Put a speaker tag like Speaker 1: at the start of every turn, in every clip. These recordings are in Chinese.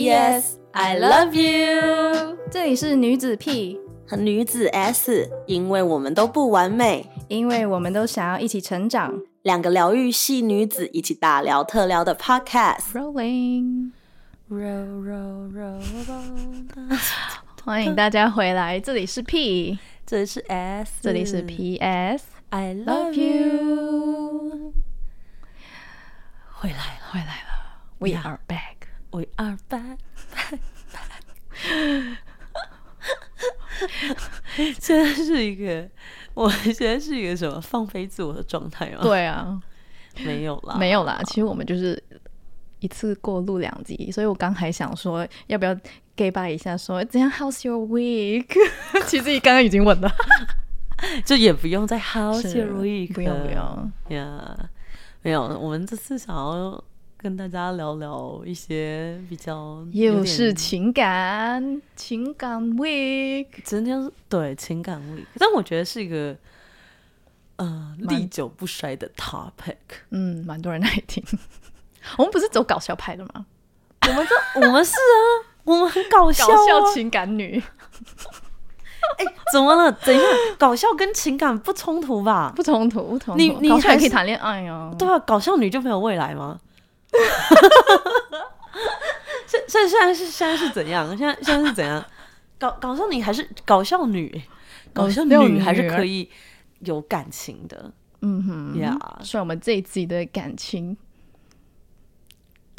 Speaker 1: P.S. I love you。
Speaker 2: 这里是女子 P，
Speaker 1: 和女子 S，因为我们都不完美，
Speaker 2: 因为我们都想要一起成长。
Speaker 1: 两个疗愈系女子一起大聊特聊的 Podcast。
Speaker 2: Rolling，
Speaker 1: Roll roll roll roll，
Speaker 2: 欢迎大家回来，这里是 P，
Speaker 1: 这里是 S，
Speaker 2: 这里是 P.S。
Speaker 1: I
Speaker 2: love
Speaker 1: love
Speaker 2: you
Speaker 1: you。回来了
Speaker 2: 回来了，We
Speaker 1: Yeah
Speaker 2: are back。
Speaker 1: ，We are back。现在是一个，我现在是一个什么放飞自我的状态吗？，
Speaker 2: 对啊，
Speaker 1: 没有啦，
Speaker 2: 没有啦，其实我们就是一次过录两集，所以我刚还想说要不要 gay bye 一下说怎样 How's your week？其 实刚刚已经问 了，
Speaker 1: 就也不用再 How's
Speaker 2: 是
Speaker 1: your week，
Speaker 2: 不用不用，
Speaker 1: 呀没有，我们这次想要跟大家聊聊一些比较有
Speaker 2: 又
Speaker 1: 点
Speaker 2: 是情感情感 week。
Speaker 1: 真的是对情感力，但我觉得是一个呃
Speaker 2: 蛮
Speaker 1: 历久不衰的 topic。
Speaker 2: 嗯，蛮多人爱听。 我们不是走搞笑派的吗？
Speaker 1: 我们这我们是啊，我们很搞笑、
Speaker 2: 搞
Speaker 1: 啊，
Speaker 2: 笑情感女
Speaker 1: 怎么了？等一下，搞笑跟情感不冲突吧？
Speaker 2: 不冲突，不冲突。
Speaker 1: 你你
Speaker 2: 搞笑也
Speaker 1: 还
Speaker 2: 可以
Speaker 1: 是
Speaker 2: 谈恋爱哦。
Speaker 1: 对啊，搞笑女就没有未来吗？ 现现现在是现在是怎样？现在现在是怎样？搞搞笑女还是搞笑女？搞哦笑
Speaker 2: 笑
Speaker 1: 女还
Speaker 2: 女
Speaker 1: 是可以有感情的
Speaker 2: 嗯哼，
Speaker 1: 呀。
Speaker 2: 是我们这一集的感情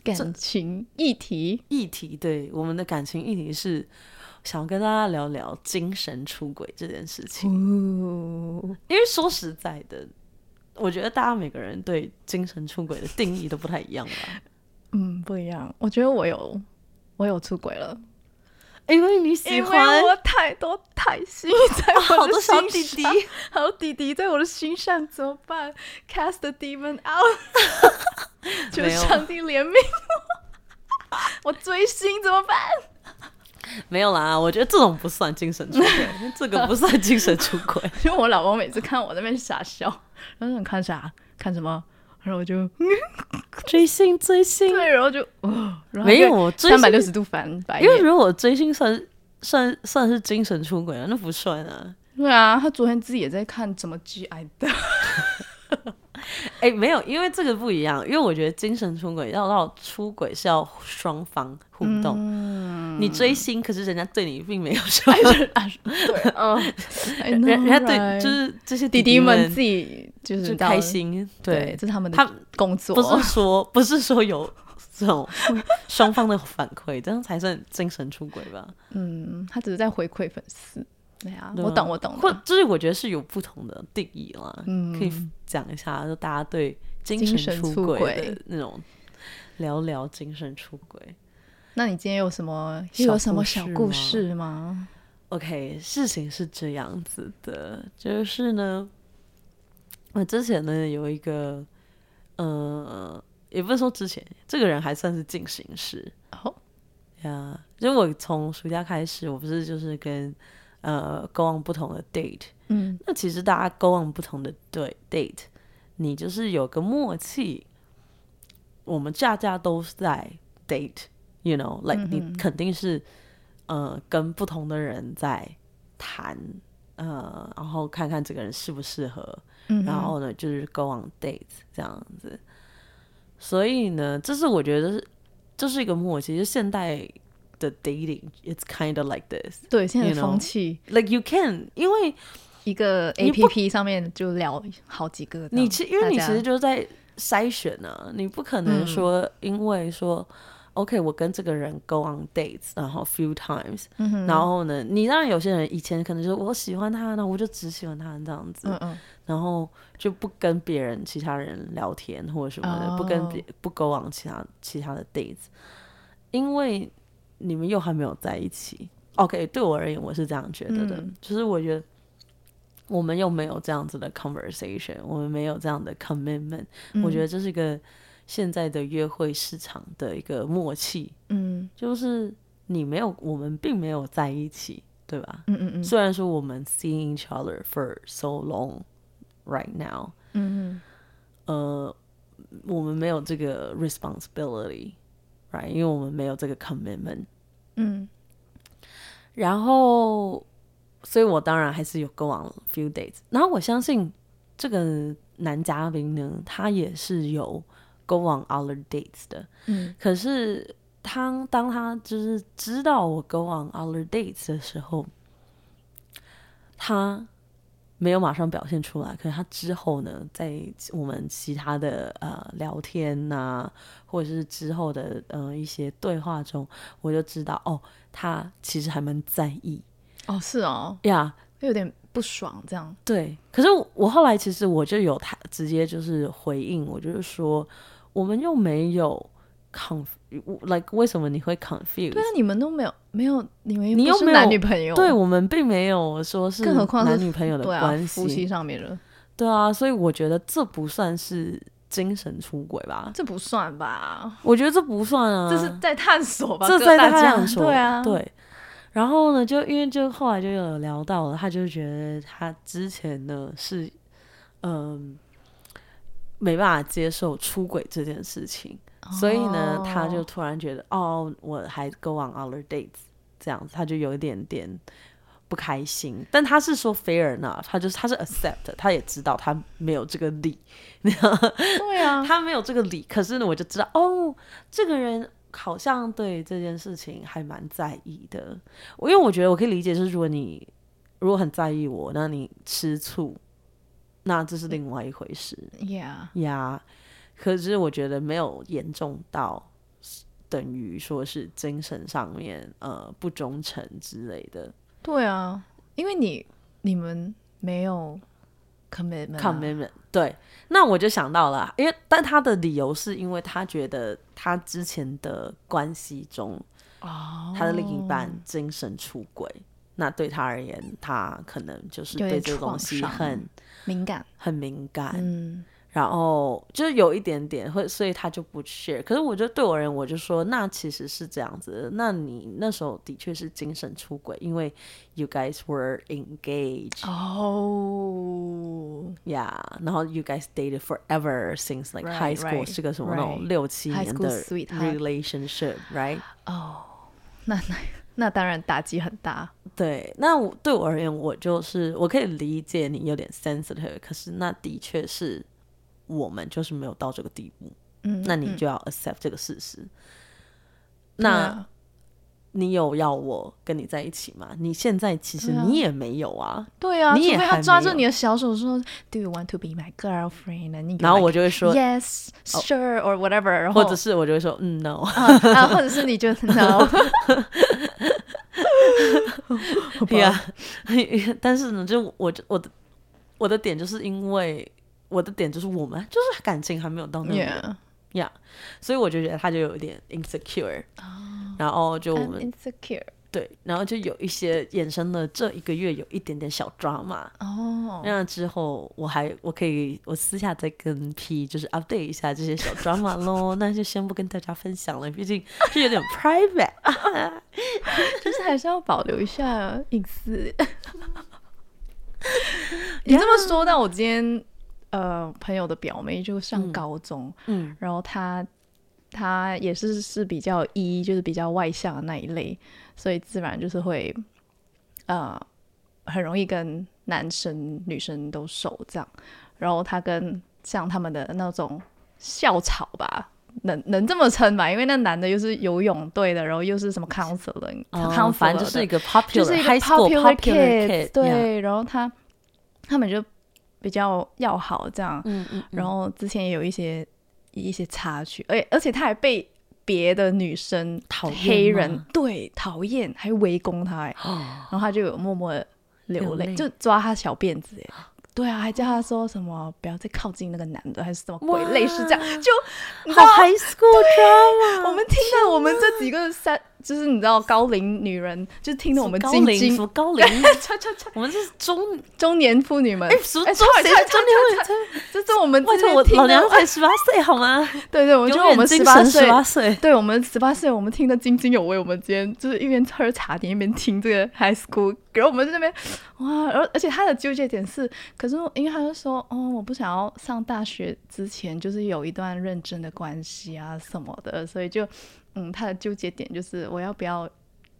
Speaker 2: 感情议题。
Speaker 1: 议题，对我们的感情议题是想要跟大家聊聊精神出轨这件事情，
Speaker 2: 哦，
Speaker 1: 因为说实在的，我觉得大家每个人对精神出轨的定义都不太一样吧。
Speaker 2: 嗯，不一样。我觉得我有，我有出轨了，
Speaker 1: 因为你喜
Speaker 2: 因
Speaker 1: 欢
Speaker 2: 为我太多太心在
Speaker 1: 好
Speaker 2: 我的
Speaker 1: 多
Speaker 2: 哦心
Speaker 1: 小
Speaker 2: 上，
Speaker 1: 弟弟，
Speaker 2: 还有弟弟在我的心上怎么办？Cast the demon out，求
Speaker 1: 没有
Speaker 2: 上帝怜悯我，我追星怎么办？
Speaker 1: 没有啦，我觉得这种不算精神出 轨，这个不算精神出轨。
Speaker 2: 因为我老公每次看我在那边傻笑，然后说你看啥？看什么？然后我就
Speaker 1: 追星，追星，
Speaker 2: 对，然后就哦，然后
Speaker 1: 没有我追
Speaker 2: 三
Speaker 1: 星
Speaker 2: 百六十度翻 白
Speaker 1: 因为
Speaker 2: 眼。
Speaker 1: 如果追星算算算是精神出轨了，那不算啊。
Speaker 2: 对啊，他昨天自己也在看怎么 GI 的，
Speaker 1: 哎、没有，因为这个不一样，因为我觉得精神出轨要到出轨是要双方互动。嗯你追星，可是人家对你并没有 什么，
Speaker 2: 对， 嗯，
Speaker 1: 人人家对就是这些
Speaker 2: 弟
Speaker 1: 弟
Speaker 2: 弟们
Speaker 1: 们
Speaker 2: 自己就是你
Speaker 1: 就
Speaker 2: 知道
Speaker 1: 开，心，
Speaker 2: 对，这是他们
Speaker 1: 他
Speaker 2: 的工作，
Speaker 1: 不是说不是说有这种双方的反馈，这样才算精神出轨吧？
Speaker 2: 嗯，他只是在回馈粉丝。对啊，
Speaker 1: 对
Speaker 2: 我
Speaker 1: 啊
Speaker 2: 懂，我懂的。
Speaker 1: 或就是我觉得是有不同的定义啦，
Speaker 2: 嗯
Speaker 1: 可以讲一下，就大家对精
Speaker 2: 精神
Speaker 1: 神
Speaker 2: 出
Speaker 1: 出轨
Speaker 2: 轨
Speaker 1: 的那种聊聊精神出轨。
Speaker 2: 那你今天有什么
Speaker 1: 小
Speaker 2: 又有什么
Speaker 1: 故
Speaker 2: 小
Speaker 1: 事
Speaker 2: 故
Speaker 1: 吗
Speaker 2: 事吗？
Speaker 1: OK，事情是这样子的，就是呢，我之前呢有一个，呃，也不是说之前，这个人还算是进行时
Speaker 2: 哦，
Speaker 1: 呀。就我从暑假开始，我不是就是跟呃 go on 不同的 date，
Speaker 2: 嗯
Speaker 1: 那其实大家 go on 不同的对 date，你就是有个默契，我们大家都是在 date，you know，like、你
Speaker 2: 嗯
Speaker 1: 肯定是呃跟不同的人在谈，呃，然后看看这个人适不适合，
Speaker 2: 嗯哼，
Speaker 1: 然后呢就是 go on date 这样子。所以呢，这是我觉得是这是一个默契，就现代的 dating，it's kind of like this，like
Speaker 2: 对现在的
Speaker 1: you
Speaker 2: 风
Speaker 1: know
Speaker 2: 气，
Speaker 1: you can，因为
Speaker 2: 一个
Speaker 1: 你
Speaker 2: A
Speaker 1: 不
Speaker 2: P P 上面就聊好几个这样。
Speaker 1: 你其因为
Speaker 2: 大
Speaker 1: 你其
Speaker 2: 家嗯
Speaker 1: 实就是在筛选呢、你不可能说因为说、OK，我跟这个人 go on dates，然后 few times，、然
Speaker 2: 嗯
Speaker 1: 后呢，你当然有些人以前可能就是我喜欢他，那我就只喜欢他这样子，
Speaker 2: 嗯嗯
Speaker 1: 然后就不跟别人其他人聊天或者什么的，
Speaker 2: 哦
Speaker 1: 不跟别不 go on 其他其他的 dates，因为你们又还没有在一起。OK，对我而言我是这样觉得的，就是我觉得我们又没有这样子的 conversation，我们没有这样的 commitment，、我觉得这是一个现在的约会市场的一个默契，
Speaker 2: 嗯
Speaker 1: 就是你没有，我们并没有在一起，对吧？
Speaker 2: 嗯嗯嗯
Speaker 1: 虽然说我们 seeing each other for so long right now，
Speaker 2: 嗯
Speaker 1: 呃，我们没有这个 responsibility，right？ ，right？因为我们没有这个 commitment。
Speaker 2: 嗯
Speaker 1: 然后，所以我当然还是有 go on few dates。然后我相信这个男嘉宾呢，他也是有 go on other dates 的。
Speaker 2: 嗯
Speaker 1: 可是他当他就是知道我 go on other dates 的时候，他没有马上表现出来，可是他之后呢，在我们其他的呃聊天呐、或者是之后的呃一些对话中，我就知道哦，他其实还蛮在意
Speaker 2: 哦是哦，
Speaker 1: 呀。
Speaker 2: 会有点不爽这样。
Speaker 1: 对，可是我我后来其实我就有他直接就是回应，我就是说，我们又没有 conf，like 为什么你会 confuse？
Speaker 2: 对啊，你们都没有没有，你们又
Speaker 1: 你
Speaker 2: 不
Speaker 1: 又
Speaker 2: 是
Speaker 1: 没有
Speaker 2: 男女朋友，
Speaker 1: 对我们并没有说是
Speaker 2: 更何况是
Speaker 1: 男女朋友的
Speaker 2: 对啊
Speaker 1: 关
Speaker 2: 夫妻
Speaker 1: 系，
Speaker 2: 上面的，
Speaker 1: 对啊，所以我觉得这不算是精神出轨吧？
Speaker 2: 这不算吧？
Speaker 1: 我觉得这不算啊，
Speaker 2: 这是在探索吧？
Speaker 1: 这
Speaker 2: 各
Speaker 1: 在
Speaker 2: 大
Speaker 1: 他
Speaker 2: 家
Speaker 1: 样说，
Speaker 2: 对啊，，
Speaker 1: 对。然后呢，就因为就后来就有聊到了，他就觉得他之前呢是，嗯、没办法接受出轨这件事情，所以呢，他就突然觉得，哦，我还 go on other dates 这样子，他就有一点点不开心。但他是说 fair enough，他就是他是 accept，的他也知道他没有这个 理，
Speaker 2: 对啊，
Speaker 1: 他没有这个理，可是呢，我就知道哦，这个人好像对这件事情还蛮在意的。我因为我觉得我可以理解，是如果你如果很在意我，那你吃醋，那这是另外一回事
Speaker 2: yeah，
Speaker 1: 呀。可是我觉得没有严重到等于说是精神上面呃不忠诚之类的
Speaker 2: 对啊，因为你你们没有 commitment，啊
Speaker 1: commitment。对，那我就想到了，因为但他的理由是因为他觉得他之前的关系中。
Speaker 2: 哦，
Speaker 1: 他的另一半精神出轨，那对他而言，他可能就是
Speaker 2: 有
Speaker 1: 对
Speaker 2: 点
Speaker 1: 这个东
Speaker 2: 创
Speaker 1: 西
Speaker 2: 伤
Speaker 1: 很
Speaker 2: 敏感，
Speaker 1: 很敏感，
Speaker 2: 嗯，
Speaker 1: 然后就是有一点点会，所以他就不 share。可是我就对我而言，我就说，那其实是这样子的，那你那时候的确是精神出轨，因为 you guys were engaged，yeah，、
Speaker 2: 哦，
Speaker 1: 然后 you guys dated forever since like high
Speaker 2: Right,
Speaker 1: school，、
Speaker 2: right,
Speaker 1: 是个什么那种
Speaker 2: right.
Speaker 1: 六七
Speaker 2: High
Speaker 1: 年
Speaker 2: school
Speaker 1: 的
Speaker 2: sweetheart
Speaker 1: relationship，right？
Speaker 2: 那那那当然打击很大，
Speaker 1: 对，那我对我而言，我就是我可以理解你有点 sensitive，可是那的确是我们就是没有到这个地步，
Speaker 2: 嗯，
Speaker 1: 那你
Speaker 2: 嗯
Speaker 1: 就要 accept 这个事实。
Speaker 2: 对
Speaker 1: 那
Speaker 2: 啊
Speaker 1: 你有要我跟你在一起吗？你现在其实
Speaker 2: 对啊
Speaker 1: 你也没有啊，
Speaker 2: 对啊，
Speaker 1: 你也
Speaker 2: 除非
Speaker 1: 还
Speaker 2: 他
Speaker 1: 没
Speaker 2: 抓住
Speaker 1: 有
Speaker 2: 你的小手说，Do you want to be my girlfriend？And you
Speaker 1: 然后
Speaker 2: like,
Speaker 1: 我就会说哦
Speaker 2: Yes, sure, or whatever，然后
Speaker 1: 或者是我就会说嗯 no，
Speaker 2: 啊啊，或者是你就 No，
Speaker 1: 对啊， 但是呢，就我就我的我的点就是因为我的点就是我们就是感情还没有到那里。
Speaker 2: yeah，
Speaker 1: 呀、所以我就觉得他就有一点 insecure，、然后就我
Speaker 2: I'm
Speaker 1: 们
Speaker 2: insecure。
Speaker 1: 对，然后就有一些衍生了这一个月有一点点小 drama。
Speaker 2: 哦，
Speaker 1: 那之后我还我可以我私下再跟 P 就是 update 一下这些小 drama 咯， 那就先不跟大家分享了，毕竟是有点 private。
Speaker 2: 就是还是要保留一下隐 私。你这么说，那我今天呃朋友的表妹就上高中，
Speaker 1: 嗯，
Speaker 2: 然后她她也是是比较 E，就是比较外向的那一类，所以自然就是会呃很容易跟男生女生都熟这样。然后她跟像他们的那种校草吧。能能这么称吧？因为那男的又是游泳队的，然后又是什么 counseling，counselor 的、
Speaker 1: 哦反正就是一个 popular，
Speaker 2: 就是一个
Speaker 1: high school
Speaker 2: popular
Speaker 1: popular
Speaker 2: kids，
Speaker 1: kid，呀，
Speaker 2: 对，然后他他们就比较要好这样，
Speaker 1: 嗯嗯，
Speaker 2: 然后之前也有一些一些插曲，而且而且他还被别的女生
Speaker 1: 讨厌
Speaker 2: 黑
Speaker 1: 吗
Speaker 2: 人对讨厌，还围攻他、欸，
Speaker 1: 哦，
Speaker 2: 然后他就有默默地
Speaker 1: 流
Speaker 2: 流泪，
Speaker 1: 泪
Speaker 2: 就抓他小辫子、欸，对啊，还叫他说什么不要再靠近那个男的，还是什么鬼，
Speaker 1: 哇
Speaker 2: 类似这样，就你知
Speaker 1: 好
Speaker 2: 道
Speaker 1: high school drama，
Speaker 2: 我们听到我们这几个三，就是你知道高龄女人，就听得我们
Speaker 1: 高
Speaker 2: 津
Speaker 1: 龄什
Speaker 2: 津
Speaker 1: 么高龄，
Speaker 2: 叉叉叉，
Speaker 1: 我们是中
Speaker 2: 中年妇女们，
Speaker 1: 哎，什么
Speaker 2: 哎
Speaker 1: 中
Speaker 2: 错
Speaker 1: 谁
Speaker 2: 了错
Speaker 1: 是
Speaker 2: 了
Speaker 1: 中年会？
Speaker 2: 这是我们
Speaker 1: 外
Speaker 2: 这
Speaker 1: 头
Speaker 2: 边
Speaker 1: 我
Speaker 2: 听
Speaker 1: 老
Speaker 2: 的，
Speaker 1: 娘才十八岁好吗？
Speaker 2: 对对，我觉得
Speaker 1: 永
Speaker 2: 我
Speaker 1: 远
Speaker 2: 们
Speaker 1: 精
Speaker 2: 十八
Speaker 1: 神
Speaker 2: 岁
Speaker 1: 十，八岁，
Speaker 2: 对我们十八岁，我们听得津津有味。我们今天就是一边喝茶点一边听这个 High School，然后我们在那边哇，然后而且他的纠结点是，可是因为他就说，哦，我不想要上大学之前就是有一段认真的关系啊什么的，所以就嗯，他的纠结点就是我要不要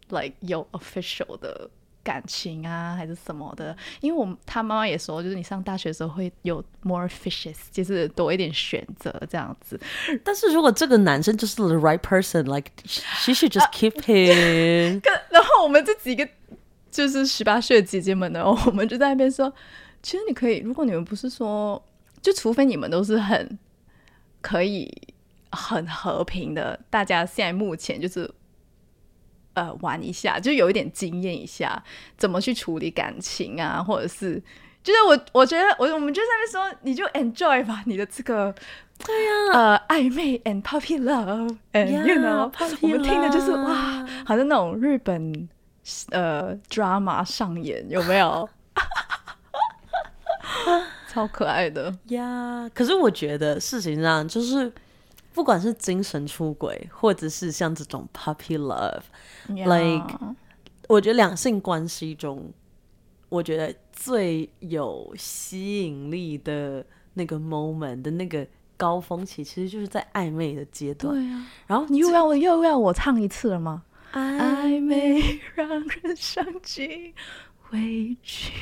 Speaker 2: like 有 official 的感情啊，还是什么的？因为我他妈妈也说，就是你上大学的时候会有 more fishes，就是多一点选择这样子。
Speaker 1: 但是如果这个男生就是 the right person，like she should just keep him。
Speaker 2: 跟然后我们这几个就是十八岁的姐姐们呢，我们就在那边说，其实你可以，如果你们不是说，就除非你们都是很可以很和平的，大家现在目前就是呃玩一下，就有一点经验一下怎么去处理感情啊，或者是。就是我，我觉得我我们就在那边说，你就 enjoy 吧，你的这个
Speaker 1: 对呀、
Speaker 2: 呃暧昧 and puppy love，and you know，
Speaker 1: Yeah，puppy
Speaker 2: 我们听的就是
Speaker 1: love
Speaker 2: 哇，好像那种日本呃 drama 上演，有没有？超可爱的，
Speaker 1: 呀，可是我觉得事情上就是，不管是精神出轨，或者是像这种 puppy love，Like- 我觉得两性关系中，我觉得最有吸引力的那个 moment 的那个高峰期，其实就是在暧昧的阶段。
Speaker 2: 对啊，
Speaker 1: 然后哎
Speaker 2: 你又要我又要我唱一次了吗？
Speaker 1: 暧
Speaker 2: 暧昧 让 人伤心委屈，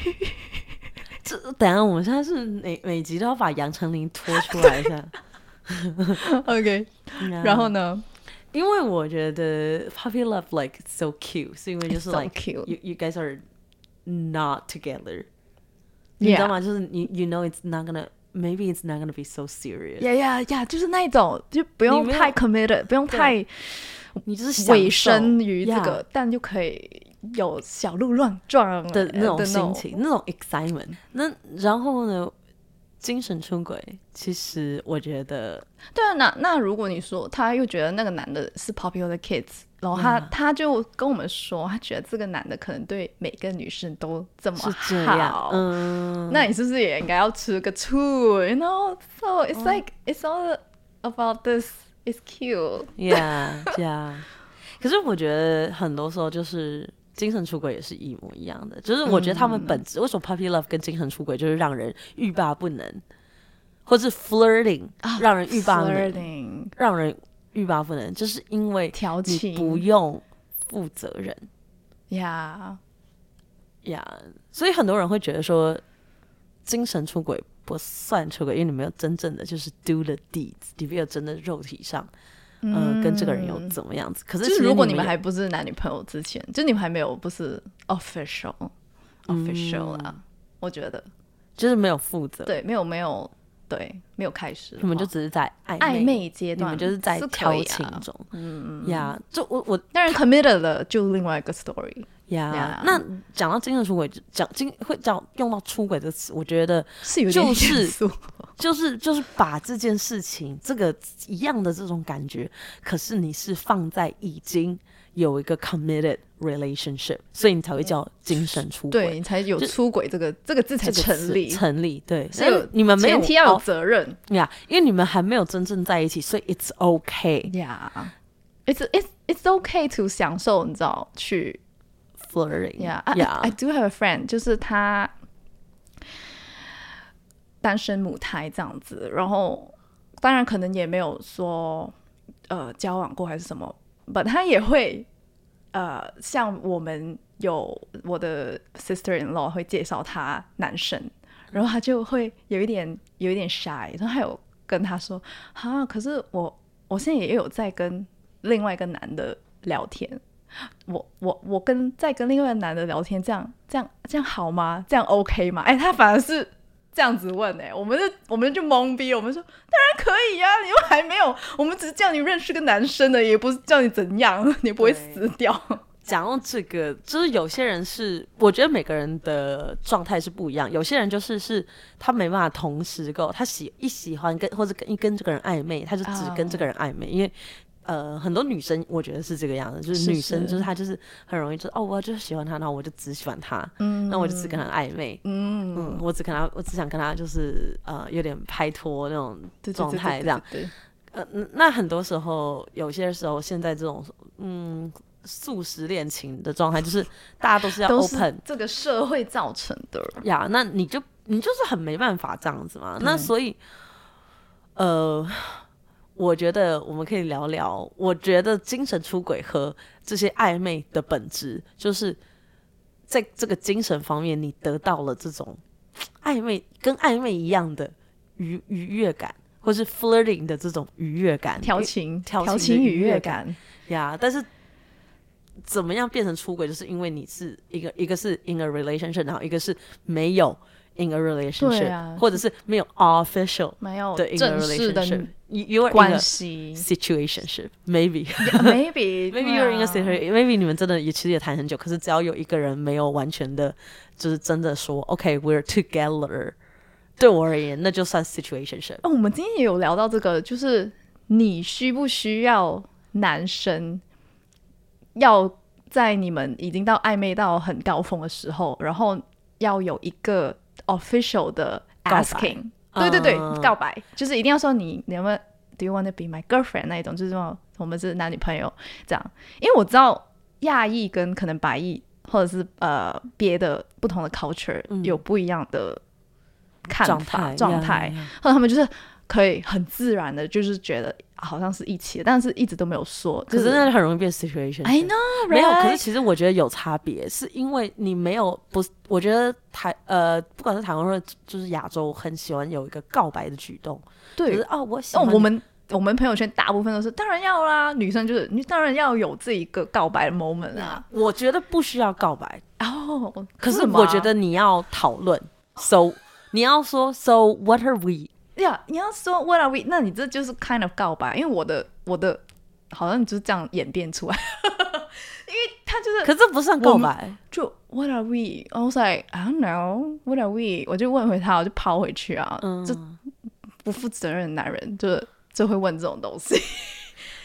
Speaker 1: 这等一下我们现在是每每集都要把杨丞琳拖出来一下。
Speaker 2: OK，然后呢
Speaker 1: 因为我觉得 puppy love like so cute，是因为就是
Speaker 2: It's so
Speaker 1: like
Speaker 2: cute.
Speaker 1: you you guys are not together，、你知道
Speaker 2: Yeah
Speaker 1: 吗？就是你 you know it's not gonna maybe it's not gonna be so serious，、
Speaker 2: 呀呀呀，就是那一种，就不用
Speaker 1: 你没有
Speaker 2: 太 committed，不用太
Speaker 1: 你就是享受
Speaker 2: 委身于这个
Speaker 1: yeah，
Speaker 2: 但就可以有小鹿乱撞
Speaker 1: 的
Speaker 2: 呃
Speaker 1: 那种心情，那种 excitement。那然后呢，精神出轨，其实我觉得
Speaker 2: 对啊，那那如果你说他又觉得那个男的是 popular kids，然后他、他就跟我们说，他觉得这个男的可能对每个女生都这么
Speaker 1: 是这样
Speaker 2: 好，，
Speaker 1: 嗯，
Speaker 2: 那你是不是也应该要吃个醋？You know, so it's
Speaker 1: Oh.
Speaker 2: like、it's all about this. It's cute.
Speaker 1: Yeah, yeah。可 是我觉得很多时候就是精神出轨也是一模一样的，就是我觉得他们本
Speaker 2: 嗯
Speaker 1: 质、为什么 puppy love 跟精神出轨就是让人欲罢不能，或是 flirting、让人欲罢不能，
Speaker 2: 啊 Flirting，
Speaker 1: 让人欲罢不能，就是因为
Speaker 2: 调
Speaker 1: 你
Speaker 2: 情
Speaker 1: 不用负责任
Speaker 2: 呀
Speaker 1: 呀所以很多人会觉得说精神出轨。不算出轨，因为你没有真正的就是 do the deeds，你没有真的肉体上，嗯、跟这个人有怎么样子。可是
Speaker 2: 就
Speaker 1: 其
Speaker 2: 是
Speaker 1: 实
Speaker 2: 如果你
Speaker 1: 们
Speaker 2: 们
Speaker 1: 也
Speaker 2: 还不是男女朋友之前，就你们还没有不是 official
Speaker 1: 嗯
Speaker 2: official 啦，我觉得
Speaker 1: 就是没有负责，
Speaker 2: 对，没有没有对，没有开始的话，
Speaker 1: 你们就只是在暧
Speaker 2: 暧昧阶
Speaker 1: 你
Speaker 2: 段，
Speaker 1: 们就是在
Speaker 2: 可
Speaker 1: 调
Speaker 2: 以
Speaker 1: 情
Speaker 2: 啊。
Speaker 1: 中，嗯呀，就我我
Speaker 2: 当然 committed 了就另外一个 story，
Speaker 1: 呀
Speaker 2: 呀，
Speaker 1: 那讲到精神出轨，讲精会讲用到出轨这个词，我觉得
Speaker 2: 是有点
Speaker 1: 就是
Speaker 2: 严肃。
Speaker 1: 就是就是把这件事情这个一样的这种感觉，可是你是放在已经有一个 committed relationship，所以你才会叫精神出轨。
Speaker 2: 对你才有
Speaker 1: 就
Speaker 2: 出轨这个这个字才
Speaker 1: 这个词
Speaker 2: 成立，
Speaker 1: 成立对，
Speaker 2: 所以
Speaker 1: 那你们没有
Speaker 2: 前提要有
Speaker 1: 哦
Speaker 2: 责任
Speaker 1: 呀因为你们还没有真正在一起，所以 it's okay
Speaker 2: 呀。It's it's it's okay to 享受，你知道去
Speaker 1: flirting
Speaker 2: Yeah, I,
Speaker 1: yeah
Speaker 2: I do have a friend，就是她单身母胎这样子，然后当然可能也没有说呃交往过还是什么，but 她也会呃像我们有我的 sister in law 会介绍她男生，然后她就会有一点有一点 shy，然后还有跟她说啊，可是我我现在也有在跟另外一个男的聊天，我我我跟在跟另外一个男的聊天，这样这样这样好吗？这样 OK 吗？哎、他反而是这样子问哎、我们就我们就懵逼，我们说当然可以呀、你又还没有，我们只是叫你认识个男生的，也不是叫你怎样， 你不会死掉。
Speaker 1: 讲到这个，就是有些人是，我觉得每个人的状态是不一样。有些人就是是他没办法同时够，他喜一喜欢跟或者跟一跟这个人暧昧，他就只跟这个人暧昧，因为。呃，很多女生我觉得是这个样子，就是
Speaker 2: 是
Speaker 1: 女生
Speaker 2: 是
Speaker 1: 就是她就是很容易就是哦，我就是喜欢他，那我就只喜欢他， 嗯，那我就只跟他暧昧，嗯嗯，我只跟他，我只想跟他就是呃有点拍拖那种
Speaker 2: 对
Speaker 1: 状态这样，，
Speaker 2: 对对
Speaker 1: 呃，嗯那很多时候，有些时候，现在这种嗯素食恋情的状态，就是大家都是要
Speaker 2: 都是
Speaker 1: open
Speaker 2: 这个社会造成的。
Speaker 1: 呀那你就你就是很没办法这样子嘛。那所以，呃，我觉得我们可以聊聊，我觉得精神出轨和这些暧昧的本质，就是在这个精神方面，你得到了这种暧昧跟暧昧一样的愉愉悦感，或是 flirting 的这种愉悦感，
Speaker 2: 调情
Speaker 1: 调情
Speaker 2: 调
Speaker 1: 的
Speaker 2: 情愉
Speaker 1: 愉悦
Speaker 2: 悦感，
Speaker 1: 呀但是怎么样变成出轨，就是因为你是一个一个是 in a relationship，然后一个是没有 in a relationship，、
Speaker 2: 啊
Speaker 1: 或者是没有 official
Speaker 2: 没有
Speaker 1: 的 in a
Speaker 2: 正式的
Speaker 1: relationship。You you are in
Speaker 2: 关
Speaker 1: a
Speaker 2: 系
Speaker 1: situationship maybe maybe
Speaker 2: ，maybe 对
Speaker 1: you're in a
Speaker 2: 啊
Speaker 1: situation maybe 你们真的也其实也谈很久，可是只要有一个人没有完全的，就是真的说 OK we're together，对我而言那就算 situationship。
Speaker 2: 哦，我们今天也有聊到这个，就是你需不需要男生要在你们已经到暧昧到很高峰的时候，然后要有一个 official 的
Speaker 1: 告白
Speaker 2: asking，对对对，
Speaker 1: 嗯
Speaker 2: 告白就是一定要说你你有没有 do you want to be my girlfriend 那一种，就是说我们是男女朋友这样，因为我知道亚裔跟可能白裔或者是呃别的不同的 culture、
Speaker 1: 嗯
Speaker 2: 有不一样的看
Speaker 1: 状
Speaker 2: 法
Speaker 1: 态
Speaker 2: 状
Speaker 1: 呀
Speaker 2: 态，
Speaker 1: 呀
Speaker 2: 后来他们就是可以很自然的，就是觉得好像是一起的，但是一直都没有说。
Speaker 1: 可
Speaker 2: 就是哎
Speaker 1: 那很容易变 situation。
Speaker 2: I know，
Speaker 1: 没有，可
Speaker 2: right？
Speaker 1: 是其实我觉得有差别，是因为你没有不是，我觉得台呃，不管是台湾或者就是亚洲，很喜欢有一个告白的举动，就是
Speaker 2: 对，
Speaker 1: 哦，我喜
Speaker 2: 那
Speaker 1: 欢你、
Speaker 2: 我们我们朋友圈大部分都是当然要啦，女生就是你当然要有这一个告白的 moment 啊。
Speaker 1: 我觉得不需要告白，
Speaker 2: 哦，
Speaker 1: 可是
Speaker 2: 真的
Speaker 1: 我
Speaker 2: 吗
Speaker 1: 觉得你要讨论，so 你要说 so what are we？
Speaker 2: 呀你要说 What are we？那你这就是 kind of 告白，因为我的我的好像就是这样演变出来，因为他就是
Speaker 1: 可是这不算告白，
Speaker 2: 就 What are we？I was like I don't know What are we？我就问回他，我就抛回去啊，
Speaker 1: 嗯，
Speaker 2: 这不负责任的男人，就是就会问这种东西，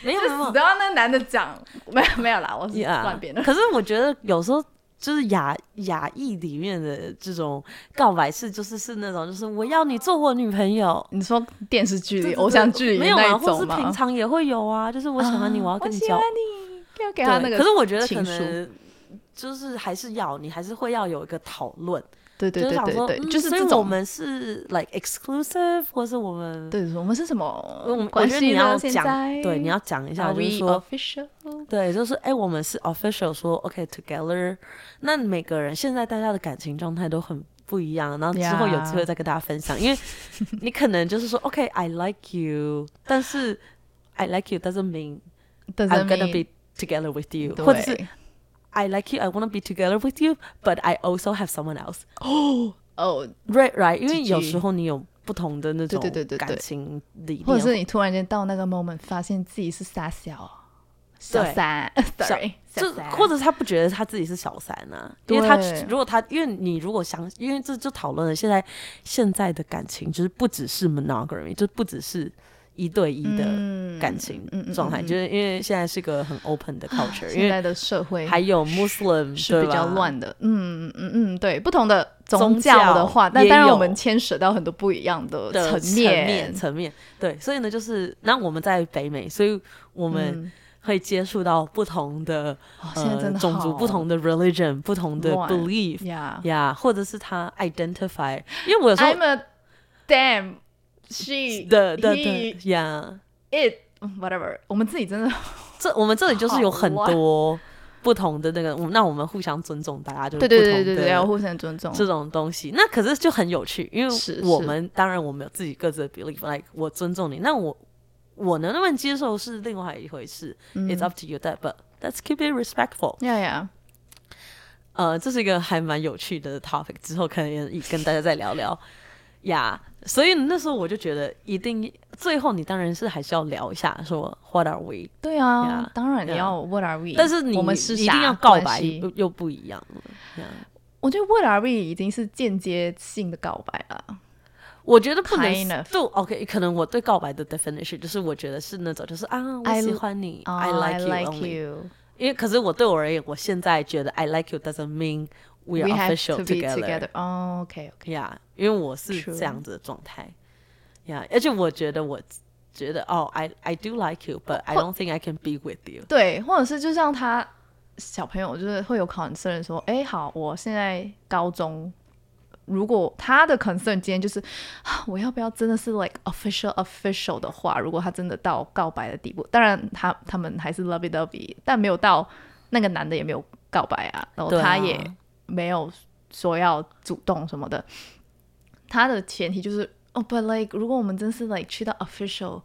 Speaker 1: 没有
Speaker 2: 就
Speaker 1: 没有没
Speaker 2: 死
Speaker 1: 有
Speaker 2: 都要那男的讲，没有没有啦，我是
Speaker 1: 哦 Yeah
Speaker 2: 乱编的。
Speaker 1: 可是我觉得有时候就是亚亚裔里面的这种告白是，就是是那种就是我要你做我女朋友。
Speaker 2: 你说电视剧
Speaker 1: 对
Speaker 2: 里、
Speaker 1: 对
Speaker 2: 偶像剧里
Speaker 1: 没有
Speaker 2: 那
Speaker 1: 啊，
Speaker 2: 一
Speaker 1: 或是
Speaker 2: 种
Speaker 1: 平
Speaker 2: 吗？
Speaker 1: 常也会有啊，就是我喜欢你，
Speaker 2: 啊
Speaker 1: 我要跟你
Speaker 2: 喜
Speaker 1: 交
Speaker 2: 欢。你，要给
Speaker 1: 对
Speaker 2: 他那个，
Speaker 1: 可是我觉得可
Speaker 2: 情书
Speaker 1: 能就是还是要你还是会要有一个讨论，
Speaker 2: 对对
Speaker 1: 就是
Speaker 2: 对
Speaker 1: 想
Speaker 2: 对
Speaker 1: 说，
Speaker 2: 对，
Speaker 1: 嗯
Speaker 2: 就是
Speaker 1: 所以
Speaker 2: 这
Speaker 1: 我
Speaker 2: 种，
Speaker 1: 们是 like exclusive，或是我们。
Speaker 2: 对，我们是什
Speaker 1: 我
Speaker 2: 么
Speaker 1: 们
Speaker 2: 关
Speaker 1: 我觉得你
Speaker 2: 系呢？
Speaker 1: 要
Speaker 2: 现
Speaker 1: 讲
Speaker 2: 在，
Speaker 1: 对，你要讲一下，
Speaker 2: Are
Speaker 1: 就
Speaker 2: we
Speaker 1: 是说，
Speaker 2: official？
Speaker 1: 对，就是哎、我们是 official 说 OK together，那每个人现在大家的感情状态都很不一样，然后之后有机会
Speaker 2: Yeah
Speaker 1: 再跟大家分享 因为你可能就是说 OK I like you，但是 I like you doesn't mean I'm gonna be together with you，
Speaker 2: 对
Speaker 1: 或者是 I like you I wanna be together with you，but I also have someone else。
Speaker 2: 哦，
Speaker 1: Right right，因为
Speaker 2: GG
Speaker 1: 有时候你有不同的那种
Speaker 2: 对对对对对
Speaker 1: 感情理念，
Speaker 2: 或者是你突然间到那个 moment，发现自己是傻小小
Speaker 1: 对
Speaker 2: 三，sorry，
Speaker 1: 就
Speaker 2: 小三
Speaker 1: 或者是他不觉得他自己是小三啊，因为他
Speaker 2: 对
Speaker 1: 如果他因为你如果想，因为这就讨论了现在现在的感情，就是不只是 monogamy，就不只是一对一的
Speaker 2: 嗯
Speaker 1: 感情
Speaker 2: 嗯嗯
Speaker 1: 状态，
Speaker 2: 嗯嗯
Speaker 1: 就是因为现在是个很 open 的 culture，因
Speaker 2: 现
Speaker 1: 为
Speaker 2: 在的社会
Speaker 1: 还有 Muslim
Speaker 2: 是
Speaker 1: 对
Speaker 2: 比较
Speaker 1: 吧，
Speaker 2: 乱的。嗯嗯嗯，嗯，对，不同的宗
Speaker 1: 宗
Speaker 2: 教
Speaker 1: 教
Speaker 2: 的话，那
Speaker 1: 也
Speaker 2: 当然我
Speaker 1: 有
Speaker 2: 们牵扯到很多不一样的
Speaker 1: 的
Speaker 2: 层
Speaker 1: 面
Speaker 2: 面。
Speaker 1: 层面，对，所以呢，就是那我们在北美，所以我们会接触到不同的、
Speaker 2: 哦嗯现在
Speaker 1: 呃
Speaker 2: 真的
Speaker 1: 种族、
Speaker 2: 好
Speaker 1: 不同的 religion、不同的
Speaker 2: 乱
Speaker 1: belief，
Speaker 2: 呀
Speaker 1: 呀或者是他 identify，因为我有时候
Speaker 2: 啊，I'm a damn she
Speaker 1: 的的
Speaker 2: he
Speaker 1: 的呀
Speaker 2: it 嗯 whatever，我们自己真的
Speaker 1: 这我们这里就是有很
Speaker 2: 好
Speaker 1: 多不同的那个，我们那我们互相尊重，大家就是
Speaker 2: 对
Speaker 1: 不
Speaker 2: 对
Speaker 1: 同
Speaker 2: 对对对，要
Speaker 1: 的
Speaker 2: 互相尊重。
Speaker 1: 这种东西。那可是就很有趣，因为
Speaker 2: 是
Speaker 1: 我
Speaker 2: 是
Speaker 1: 们当然我们有自己各自的 belief，like 我尊重你，那我我能不能接受是另外一回事、i t s up to you that，but let's keep it respectful。
Speaker 2: 嗯呀呀，
Speaker 1: 呃，这是一个还蛮有趣的 topic，之后可能也跟大家再聊聊呀。所以那时候我就觉得，一定最后你当然是还是要聊一下，说 What are we？
Speaker 2: 对啊
Speaker 1: Yeah，，
Speaker 2: 当然你
Speaker 1: yeah
Speaker 2: 要 What are we？
Speaker 1: 但是你
Speaker 2: 我们是
Speaker 1: 一定
Speaker 2: 啥
Speaker 1: 要告
Speaker 2: 关
Speaker 1: 白
Speaker 2: 系
Speaker 1: 又又不一样了。呀
Speaker 2: 我觉得 What are we 已经是间接性的告白了。
Speaker 1: 我觉得不能
Speaker 2: Kind of
Speaker 1: 就 OK，可能我对告白的 definition 就是我觉得是那种就是啊，我
Speaker 2: I-
Speaker 1: 喜欢你
Speaker 2: Oh,
Speaker 1: like you，,
Speaker 2: I like
Speaker 1: only
Speaker 2: you.
Speaker 1: 因为可是我对我而言，我现在觉得 I like you doesn't mean we are
Speaker 2: We have
Speaker 1: official
Speaker 2: to be together. 哦，OK，
Speaker 1: 呀因为我是
Speaker 2: True
Speaker 1: 这样子的状态呀而且我觉得我觉得哦，I I do like you，but I
Speaker 2: 或
Speaker 1: don't think I can be with you。
Speaker 2: 对，或者是就像他小朋友，就是会有 concern 说，哎，好，我现在高中如果他的 concern 今天就是啊我要不要真的是 like official official 的话，如果他真的到告白的地步，当然他他们还是 lovey dovey，但没有到那个男的也没有告白啊，然后
Speaker 1: 对啊
Speaker 2: 他也没有说要主动什么的。他的前提就是哦、b u t like 如果我们真是 like 去到 official，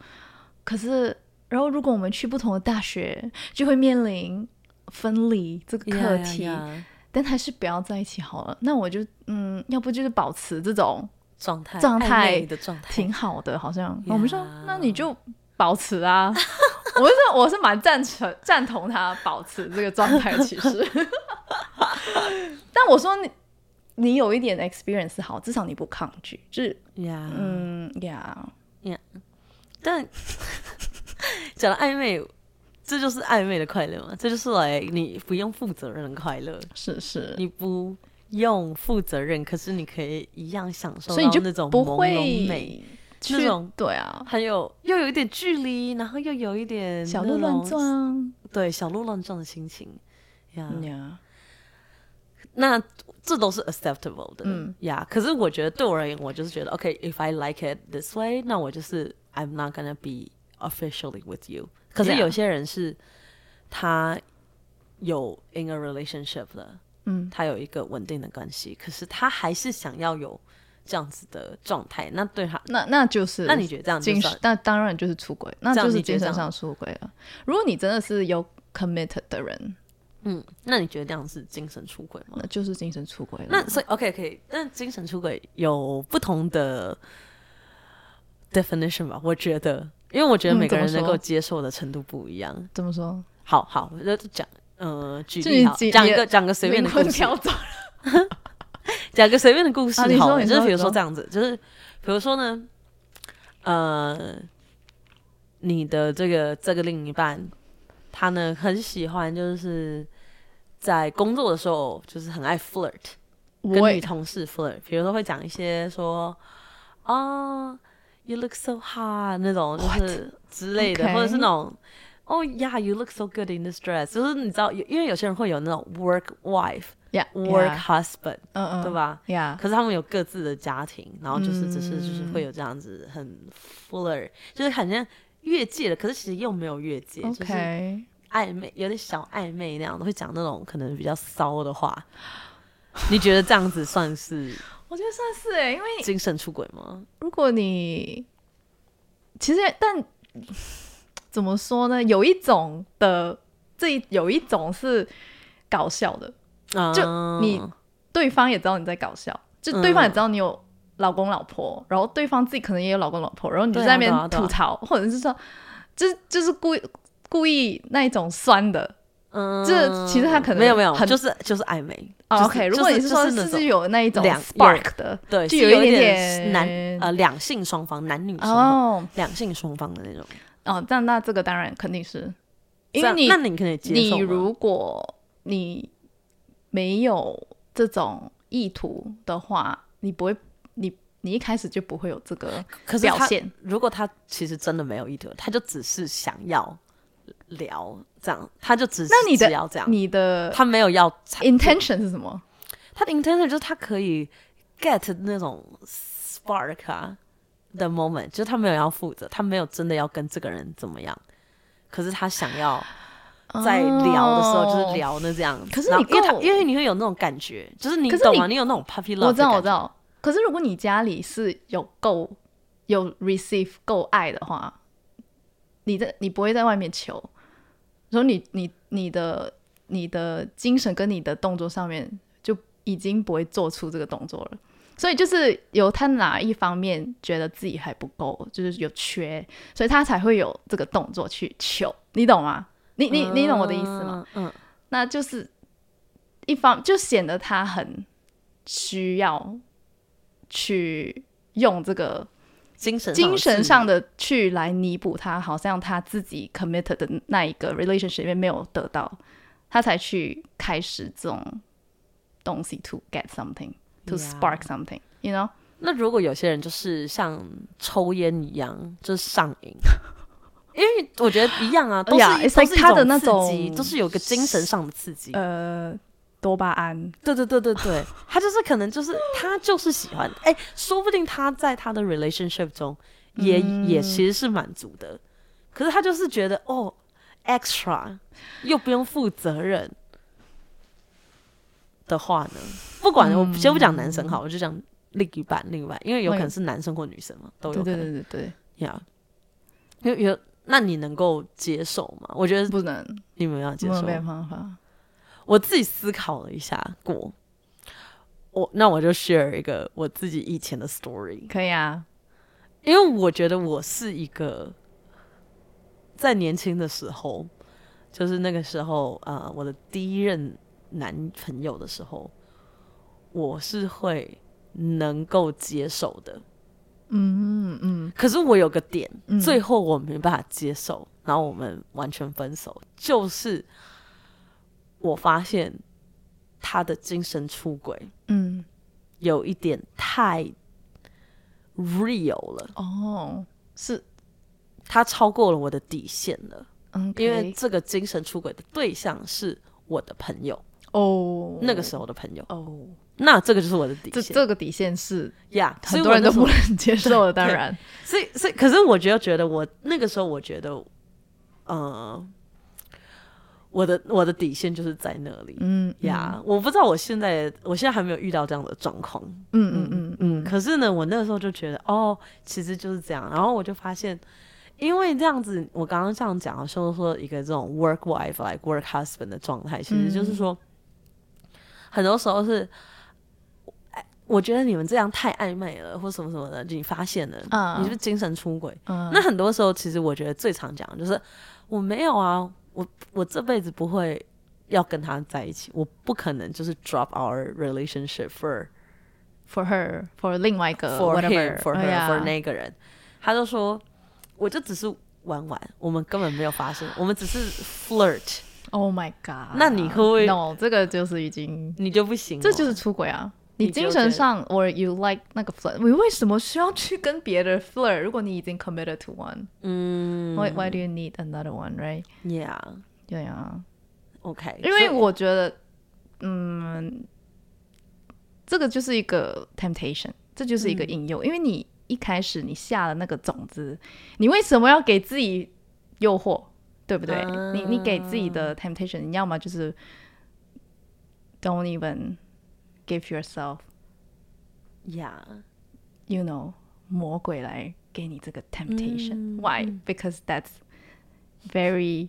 Speaker 2: 可是然后如果我们去不同的大学，就会面临分离这个课题。
Speaker 1: 呀
Speaker 2: 但还是不要在一起好了。那我就嗯，要不就是保持这种
Speaker 1: 状态
Speaker 2: 状
Speaker 1: 暧
Speaker 2: 态
Speaker 1: 昧的状态，
Speaker 2: 挺好的，好像哦
Speaker 1: Yeah
Speaker 2: 我们说，那你就保持啊。 我是我是蛮赞成赞同他保持这个状态，其实。 但我说你你有一点 experience 好，至少你不抗拒，就是
Speaker 1: 呀。
Speaker 2: 嗯呀
Speaker 1: 但讲到暧昧，这就是暧昧的快乐嘛，这就是来你不用负责任的快乐，
Speaker 2: 是是，
Speaker 1: 你不用负责任，可是你可以一样享受
Speaker 2: 所以你
Speaker 1: 到
Speaker 2: 就
Speaker 1: 那种
Speaker 2: 不
Speaker 1: 朦胧美，
Speaker 2: 会去
Speaker 1: 那种
Speaker 2: 对啊，
Speaker 1: 还有又有一点距离，然后又有一点
Speaker 2: 小鹿乱
Speaker 1: 那种，
Speaker 2: 撞
Speaker 1: 对小鹿乱撞的心情呀。
Speaker 2: 呀，
Speaker 1: 那这都是 acceptable 的，
Speaker 2: 嗯
Speaker 1: 呀。可是我觉得对我而言，我就是觉得，OK，if、I like it this way，那我就是 I'm not gonna be officially with you。可是
Speaker 2: Yeah
Speaker 1: 有些人是他有 in a relationship 的，
Speaker 2: 嗯
Speaker 1: 他有一个稳定的关系，可是他还是想要有这样子的状态，那对他，
Speaker 2: 那那就是
Speaker 1: 那你觉得这样就
Speaker 2: 精
Speaker 1: 算
Speaker 2: 神，那当然就是出轨，那
Speaker 1: 这样
Speaker 2: 就是
Speaker 1: 你觉
Speaker 2: 精
Speaker 1: 得
Speaker 2: 神
Speaker 1: 这
Speaker 2: 上出轨了。如果你真的是有 committed 的人，
Speaker 1: 嗯，那你觉得这样是精神出轨吗
Speaker 2: 那？就是精神出轨了。
Speaker 1: 那所以 OK 可以，那精神出轨有不同的 definition 吧？我觉得，因为我觉得
Speaker 2: 嗯
Speaker 1: 每个
Speaker 2: 怎么
Speaker 1: 人能
Speaker 2: 说
Speaker 1: 够接受的程度不一样。
Speaker 2: 怎么说？
Speaker 1: 好好，我就讲呃，举
Speaker 2: 就
Speaker 1: 例
Speaker 2: 你
Speaker 1: 好，
Speaker 2: 几
Speaker 1: 讲一
Speaker 2: 你
Speaker 1: 个讲个随便的
Speaker 2: 灵魂
Speaker 1: 故事，
Speaker 2: 飘走，
Speaker 1: 讲个随便的故事
Speaker 2: 啊你说
Speaker 1: 好了，
Speaker 2: 你
Speaker 1: 就是比
Speaker 2: 说你
Speaker 1: 如说
Speaker 2: 说
Speaker 1: 这样子，就是比如说呢，呃，你的这个这个另一半，他呢很喜欢就是在工作的时候就是很爱 flirt。
Speaker 2: 我
Speaker 1: 跟女
Speaker 2: 也
Speaker 1: 同事 flirt，比如说会讲一些说啊、y o u look so hot 那种，就是之类的
Speaker 2: OK
Speaker 1: 或者是那种。哦、oh,，Yeah，you look so good in this dress。就是你知道，有因为有些人会有那种 work wife、
Speaker 2: 呀
Speaker 1: work
Speaker 2: 呀
Speaker 1: husband，、
Speaker 2: 嗯嗯
Speaker 1: 对吧？
Speaker 2: 呀
Speaker 1: 可是他们有各自的家庭，然后就是只
Speaker 2: 嗯
Speaker 1: 是就是会有这样子很 flirt，、就是好像越界了，可是其实又没有越界就是
Speaker 2: ，OK，
Speaker 1: 暧昧，有点小暧昧那样的，会讲那种可能比较骚的话。你觉得这样子算是欸
Speaker 2: 我觉得算是哎，因为
Speaker 1: 精神出轨吗？
Speaker 2: 如果你其实但怎么说呢？有一种的这一有一种是搞笑的，
Speaker 1: 啊
Speaker 2: 就你对方也知道你在搞笑，就对
Speaker 1: 嗯
Speaker 2: 方也知道你有老公老婆，然后对方自己可能也有老公老婆，然后你就
Speaker 1: 对啊
Speaker 2: 在那边
Speaker 1: 对啊对啊
Speaker 2: 吐槽，或者是说，就是就是故意故意那一种酸的。
Speaker 1: 嗯
Speaker 2: 这其实他可能
Speaker 1: 没有没有，
Speaker 2: 很
Speaker 1: 就是就是暧昧。
Speaker 2: 啊
Speaker 1: 就是
Speaker 2: OK，
Speaker 1: 就是
Speaker 2: 如果你
Speaker 1: 就是
Speaker 2: 说
Speaker 1: 那
Speaker 2: 是
Speaker 1: 种
Speaker 2: 有那一种
Speaker 1: 两
Speaker 2: spark 的，
Speaker 1: 对，
Speaker 2: 就是有
Speaker 1: 一
Speaker 2: 一
Speaker 1: 点
Speaker 2: 点
Speaker 1: 呃
Speaker 2: 点
Speaker 1: 男呃两性双方，男女双方，
Speaker 2: 哦
Speaker 1: 两性双方的那种。
Speaker 2: 哦，但那这个当然肯定是，
Speaker 1: 这
Speaker 2: 因为
Speaker 1: 样
Speaker 2: 你
Speaker 1: 那你可以接受
Speaker 2: 你
Speaker 1: 吗
Speaker 2: 如果你没有这种意图的话，你不会你你一开始就不会有这个
Speaker 1: 可是
Speaker 2: 表
Speaker 1: 他
Speaker 2: 现。
Speaker 1: 如果他其实真的没有意图，他就只是想要聊这样，他就只是
Speaker 2: 那你的
Speaker 1: 只要这样，
Speaker 2: 你的
Speaker 1: 他没有要啊他
Speaker 2: intention 是什么？
Speaker 1: 他的 intention 就是他可以 get 那种 spark 啊的 moment，就是他没有要负责，他没有真的要跟这个人怎么样，可是他想要在聊的时候就是
Speaker 2: 哦。
Speaker 1: 聊那这样。
Speaker 2: 可是
Speaker 1: 然后
Speaker 2: 你
Speaker 1: 因为他
Speaker 2: 够
Speaker 1: 因为你会有那种感觉，就是你
Speaker 2: 可是
Speaker 1: 懂
Speaker 2: 你
Speaker 1: 吗？你有那种 puppy love，
Speaker 2: 我知道，
Speaker 1: 的
Speaker 2: 我
Speaker 1: 感觉
Speaker 2: 知道。可是如果你家里是有够有 receive 够爱的话，你的你不会在外面求，然后你你你的你的精神跟你的动作上面就已经不会做出这个动作了。所以就是由他哪一方面觉得自己还不够，就是有缺，所以他才会有这个动作去求，你懂吗？你你你懂我的意思吗？？
Speaker 1: 嗯，
Speaker 2: 那就是一方就显得他很需要去用这个
Speaker 1: 精神
Speaker 2: 精神
Speaker 1: 的
Speaker 2: 上的去来弥补他，好像他自己 committed 的那一个 relationship 里面没有得到，他才去开始这种东西 to get something to
Speaker 1: Yeah
Speaker 2: spark something。You know，
Speaker 1: 刺激。那如果有些人就是像抽烟一样，就是上瘾。因为我 觉得一样啊，都是
Speaker 2: Yeah, 哎 it's
Speaker 1: 都
Speaker 2: like
Speaker 1: 是一
Speaker 2: 他的那
Speaker 1: 刺激
Speaker 2: 种
Speaker 1: 都是有一个精神上的刺激。
Speaker 2: 呃，多巴胺，
Speaker 1: 对对对对对，他就是可能就是他就是喜欢，哎、说不定他在他的 relationship 中也、
Speaker 2: 嗯
Speaker 1: 也其实是满足的，可是他就是觉得哦，extra 又不用负责任的话呢，不管
Speaker 2: 嗯
Speaker 1: 我先不讲男生好，我就讲另一半另外，因为有可能是男生或女生嘛，都有
Speaker 2: 对
Speaker 1: 可
Speaker 2: 对
Speaker 1: 能
Speaker 2: 对对对，
Speaker 1: 呀。有有，那你能够接受吗？我觉得
Speaker 2: 不能，
Speaker 1: 你们要接
Speaker 2: 没有
Speaker 1: 受，
Speaker 2: 没办法，
Speaker 1: 我自己思考了一下过，我那我就 share 一个我自己以前的 story，
Speaker 2: 可以啊，
Speaker 1: 因为我觉得我是一个在年轻的时候，就是那个时候啊、呃我的第一任男朋友的时候，我是会能够接受的，
Speaker 2: 嗯嗯
Speaker 1: 可是我有个点，
Speaker 2: 嗯
Speaker 1: 最后我没办法接受，然后我们完全分手，就是我发现他的精神出轨。
Speaker 2: 嗯，
Speaker 1: 有一点太 real 了，
Speaker 2: 哦，是，
Speaker 1: 他超过了我的底线了。
Speaker 2: 嗯，
Speaker 1: 因为这个精神出轨的对象是我的朋友，
Speaker 2: 哦，
Speaker 1: 那个时候的朋友，
Speaker 2: 哦，
Speaker 1: 那这个就是我的底
Speaker 2: 这
Speaker 1: 线
Speaker 2: 这个底线是
Speaker 1: 呀。所
Speaker 2: 很
Speaker 1: 以
Speaker 2: 多
Speaker 1: 我
Speaker 2: 人
Speaker 1: 那
Speaker 2: 都
Speaker 1: 时候
Speaker 2: 不能接受的，当
Speaker 1: 对
Speaker 2: 然，
Speaker 1: 所以所以，可是我觉得觉得我那个时候，我觉得，呃，我的我的底线就是在那里。
Speaker 2: 嗯，
Speaker 1: 呀我不知道我现在，我现在还没有遇到这样的状况，
Speaker 2: 嗯嗯嗯嗯，
Speaker 1: 可是呢，我那时候就觉得，哦，其实就是这样。然后我就发现，因为这样子，我刚刚这样讲，就是说一个这种 work wife like work husband 的状态，其实就是
Speaker 2: 嗯
Speaker 1: 说，很多时候是，哎我觉得你们这样太暧昧了，或什么什么的，就你发现了，
Speaker 2: 啊
Speaker 1: 你是不是精神出轨？
Speaker 2: 嗯
Speaker 1: 那很多时候，其实我觉得最常讲的就是，我没有啊，我我这辈子不会要跟他在一起，我不可能就是 drop our relationship for。
Speaker 2: for her for 另外一个
Speaker 1: for
Speaker 2: whatever
Speaker 1: him for her、
Speaker 2: 哎呀
Speaker 1: for 那个人，他就说，我就只是玩玩，我们根本没有发生，我们只是 flirt，
Speaker 2: Oh my god！
Speaker 1: 那你会不会
Speaker 2: ？No，这个就是已经，
Speaker 1: 你就不行、哦，
Speaker 2: 这就是出轨啊！你
Speaker 1: 你就
Speaker 2: 精神上，or you like 那个 flirt，你为什么需要去跟别的 flirt？如果你已经 committed to one，why、
Speaker 1: 嗯
Speaker 2: why do you need another one，right？
Speaker 1: ，yeah，OK，、
Speaker 2: 对啊，
Speaker 1: OK，
Speaker 2: 因
Speaker 1: 所
Speaker 2: 为
Speaker 1: 以
Speaker 2: 我觉得，嗯，这个就是一个 temptation，这就是一
Speaker 1: 嗯
Speaker 2: 个引诱，因为你一开始你下了那个种子，你为什么要给自己诱惑，对不对？你你给自己
Speaker 1: 啊
Speaker 2: 的 temptation，你要么就是 don't even give yourself
Speaker 1: yeah，
Speaker 2: you know，魔鬼来给你这个 temptation、Why?
Speaker 1: 嗯
Speaker 2: Because that's very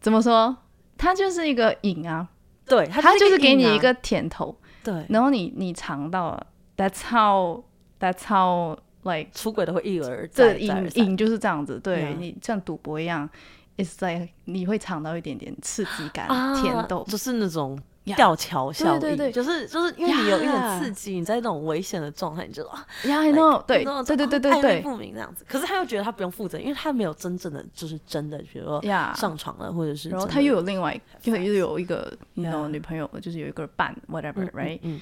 Speaker 2: 怎么说？它就是一个瘾啊，
Speaker 1: 对，
Speaker 2: 它就是给你
Speaker 1: 硬啊
Speaker 2: 一个甜头，
Speaker 1: 对
Speaker 2: 然后你你尝到了，that's how that's how like
Speaker 1: 出轨的会一而再，
Speaker 2: 这
Speaker 1: 再而
Speaker 2: 瘾
Speaker 1: 三
Speaker 2: 瘾就是这样子，对
Speaker 1: Yeah
Speaker 2: 你像赌博一样，it's like 你会尝到一点点刺激感、
Speaker 1: 啊
Speaker 2: 甜头，
Speaker 1: 就是那种。
Speaker 2: Yeah
Speaker 1: 吊桥效应
Speaker 2: 对对对
Speaker 1: 就是就是因为你有一点
Speaker 2: Yeah
Speaker 1: 刺激你在那种危险的状态，你就啊，
Speaker 2: 呀，I know，
Speaker 1: 你
Speaker 2: 对
Speaker 1: 知道啊
Speaker 2: 对对对
Speaker 1: 暧
Speaker 2: 对
Speaker 1: 昧
Speaker 2: 对
Speaker 1: 不明这样子。可是他又觉得他不用负责，因为他没有真正的就是真的，比如说
Speaker 2: 呀
Speaker 1: 上床了，或者是
Speaker 2: 然后
Speaker 1: 真
Speaker 2: 他
Speaker 1: 的
Speaker 2: 又有另外又又有一个你
Speaker 1: Yeah
Speaker 2: 懂女朋友，就是有一个伴
Speaker 1: 嗯
Speaker 2: whatever
Speaker 1: 嗯
Speaker 2: right，
Speaker 1: 嗯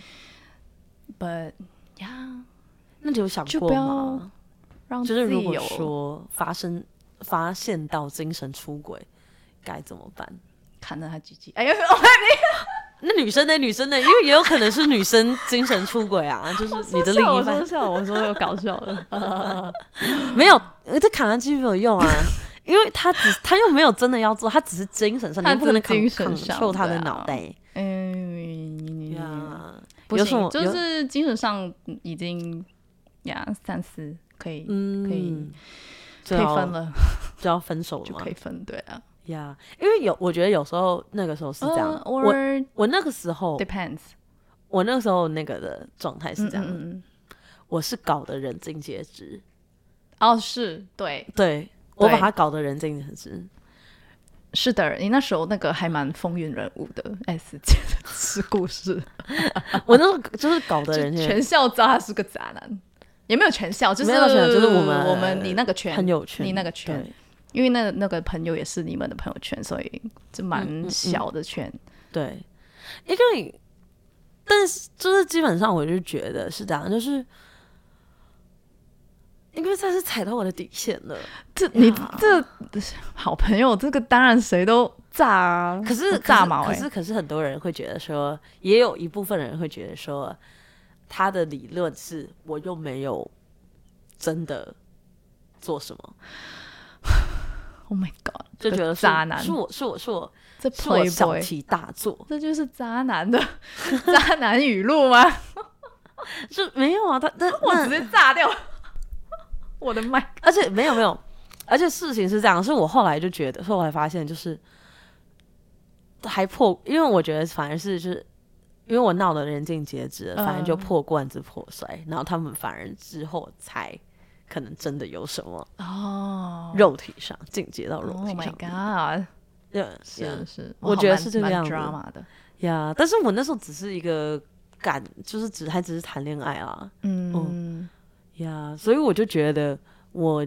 Speaker 2: but 呀，
Speaker 1: 那你有想
Speaker 2: 就
Speaker 1: 过
Speaker 2: 不要
Speaker 1: 吗？
Speaker 2: 让
Speaker 1: 就是
Speaker 2: 自
Speaker 1: 如
Speaker 2: 己
Speaker 1: 果
Speaker 2: 有
Speaker 1: 说发生发现到精神出轨，该怎么办？
Speaker 2: 砍了他几几，哎呦，
Speaker 1: 那女生呢？女生呢？因为也有可能是女生精神出轨啊， 就是你的另一半
Speaker 2: 我说笑，我说又搞笑 了，
Speaker 1: 没有，呃这卡上去没有用啊，因为他只他又没有真的要做，他只是精神上，
Speaker 2: 他
Speaker 1: 你不可能
Speaker 2: 只是精
Speaker 1: con
Speaker 2: 神上
Speaker 1: control 他的
Speaker 2: 对啊
Speaker 1: 脑袋
Speaker 2: 嗯，
Speaker 1: 呀。
Speaker 2: 不
Speaker 1: 有
Speaker 2: 行，
Speaker 1: 什么
Speaker 2: 就
Speaker 1: 有
Speaker 2: 是精神上已经呀三思，可以、
Speaker 1: 嗯，啊
Speaker 2: 可以
Speaker 1: 就
Speaker 2: 可以
Speaker 1: 要
Speaker 2: 分了，
Speaker 1: 就要分手了
Speaker 2: 就
Speaker 1: 嘛
Speaker 2: 可以分，对啊，
Speaker 1: 呀。因为有，我觉得有时候那个时候是这样
Speaker 2: 呃，
Speaker 1: 我
Speaker 2: ，or
Speaker 1: 我那个时候
Speaker 2: depends，
Speaker 1: 我那个时候那个的状态是这样的，
Speaker 2: 嗯嗯，
Speaker 1: 我是搞得人尽皆知，
Speaker 2: 哦，是对，
Speaker 1: 对我把
Speaker 2: 对
Speaker 1: 他搞得人尽皆知。
Speaker 2: 是的，你那时候那个还蛮风云人物的 S 姐的是故事，
Speaker 1: 我那时候就是搞得
Speaker 2: 就
Speaker 1: 人家
Speaker 2: 全校知道他是个渣男，也没有全校，就是
Speaker 1: 没有到全校就是我们
Speaker 2: 我们你那个圈
Speaker 1: 很有趣，
Speaker 2: 你那个圈，
Speaker 1: 对
Speaker 2: 因为那那个朋友也是你们的朋友圈，所以
Speaker 1: 嗯
Speaker 2: 就蛮小的圈，
Speaker 1: 对，因为但是就是基本上我就觉得是这样，就是因为这是踩到我的底线了。啊
Speaker 2: 这你这好朋友，这个当然谁都炸啊，
Speaker 1: 可是
Speaker 2: 炸毛
Speaker 1: 可
Speaker 2: 哎、
Speaker 1: 是可是可是很多人会觉得说，也有一部分人会觉得说，他的理论是我又没有真的做什么，
Speaker 2: o h Oh my god，
Speaker 1: 就觉
Speaker 2: 这
Speaker 1: 得
Speaker 2: 个
Speaker 1: 是
Speaker 2: 渣男
Speaker 1: 是，我是我是我
Speaker 2: 这
Speaker 1: 是我小
Speaker 2: playboy，
Speaker 1: 题大做，
Speaker 2: 这就是渣男的渣男语录吗？
Speaker 1: 就没有啊，他那
Speaker 2: 我
Speaker 1: 那
Speaker 2: 直接炸掉我的麦，
Speaker 1: 而且没有没有，而且事情是这样，是我后来就觉得，后来发现就是还破，因为我觉得反而是就是。因为我闹得人尽皆知了，反正就
Speaker 2: 嗯
Speaker 1: 破罐子破摔，然后他们反而之后才可能真的有什么
Speaker 2: 哦
Speaker 1: 肉体上进阶到肉
Speaker 2: Oh
Speaker 1: 体
Speaker 2: my
Speaker 1: 上。
Speaker 2: god！
Speaker 1: Yeah,
Speaker 2: 是是，
Speaker 1: 啊我觉得是这个样子
Speaker 2: drama 的，
Speaker 1: 呀，但是我那时候只是一个感，就是只还只是谈恋爱啊
Speaker 2: 嗯，
Speaker 1: 呀所以我就觉得我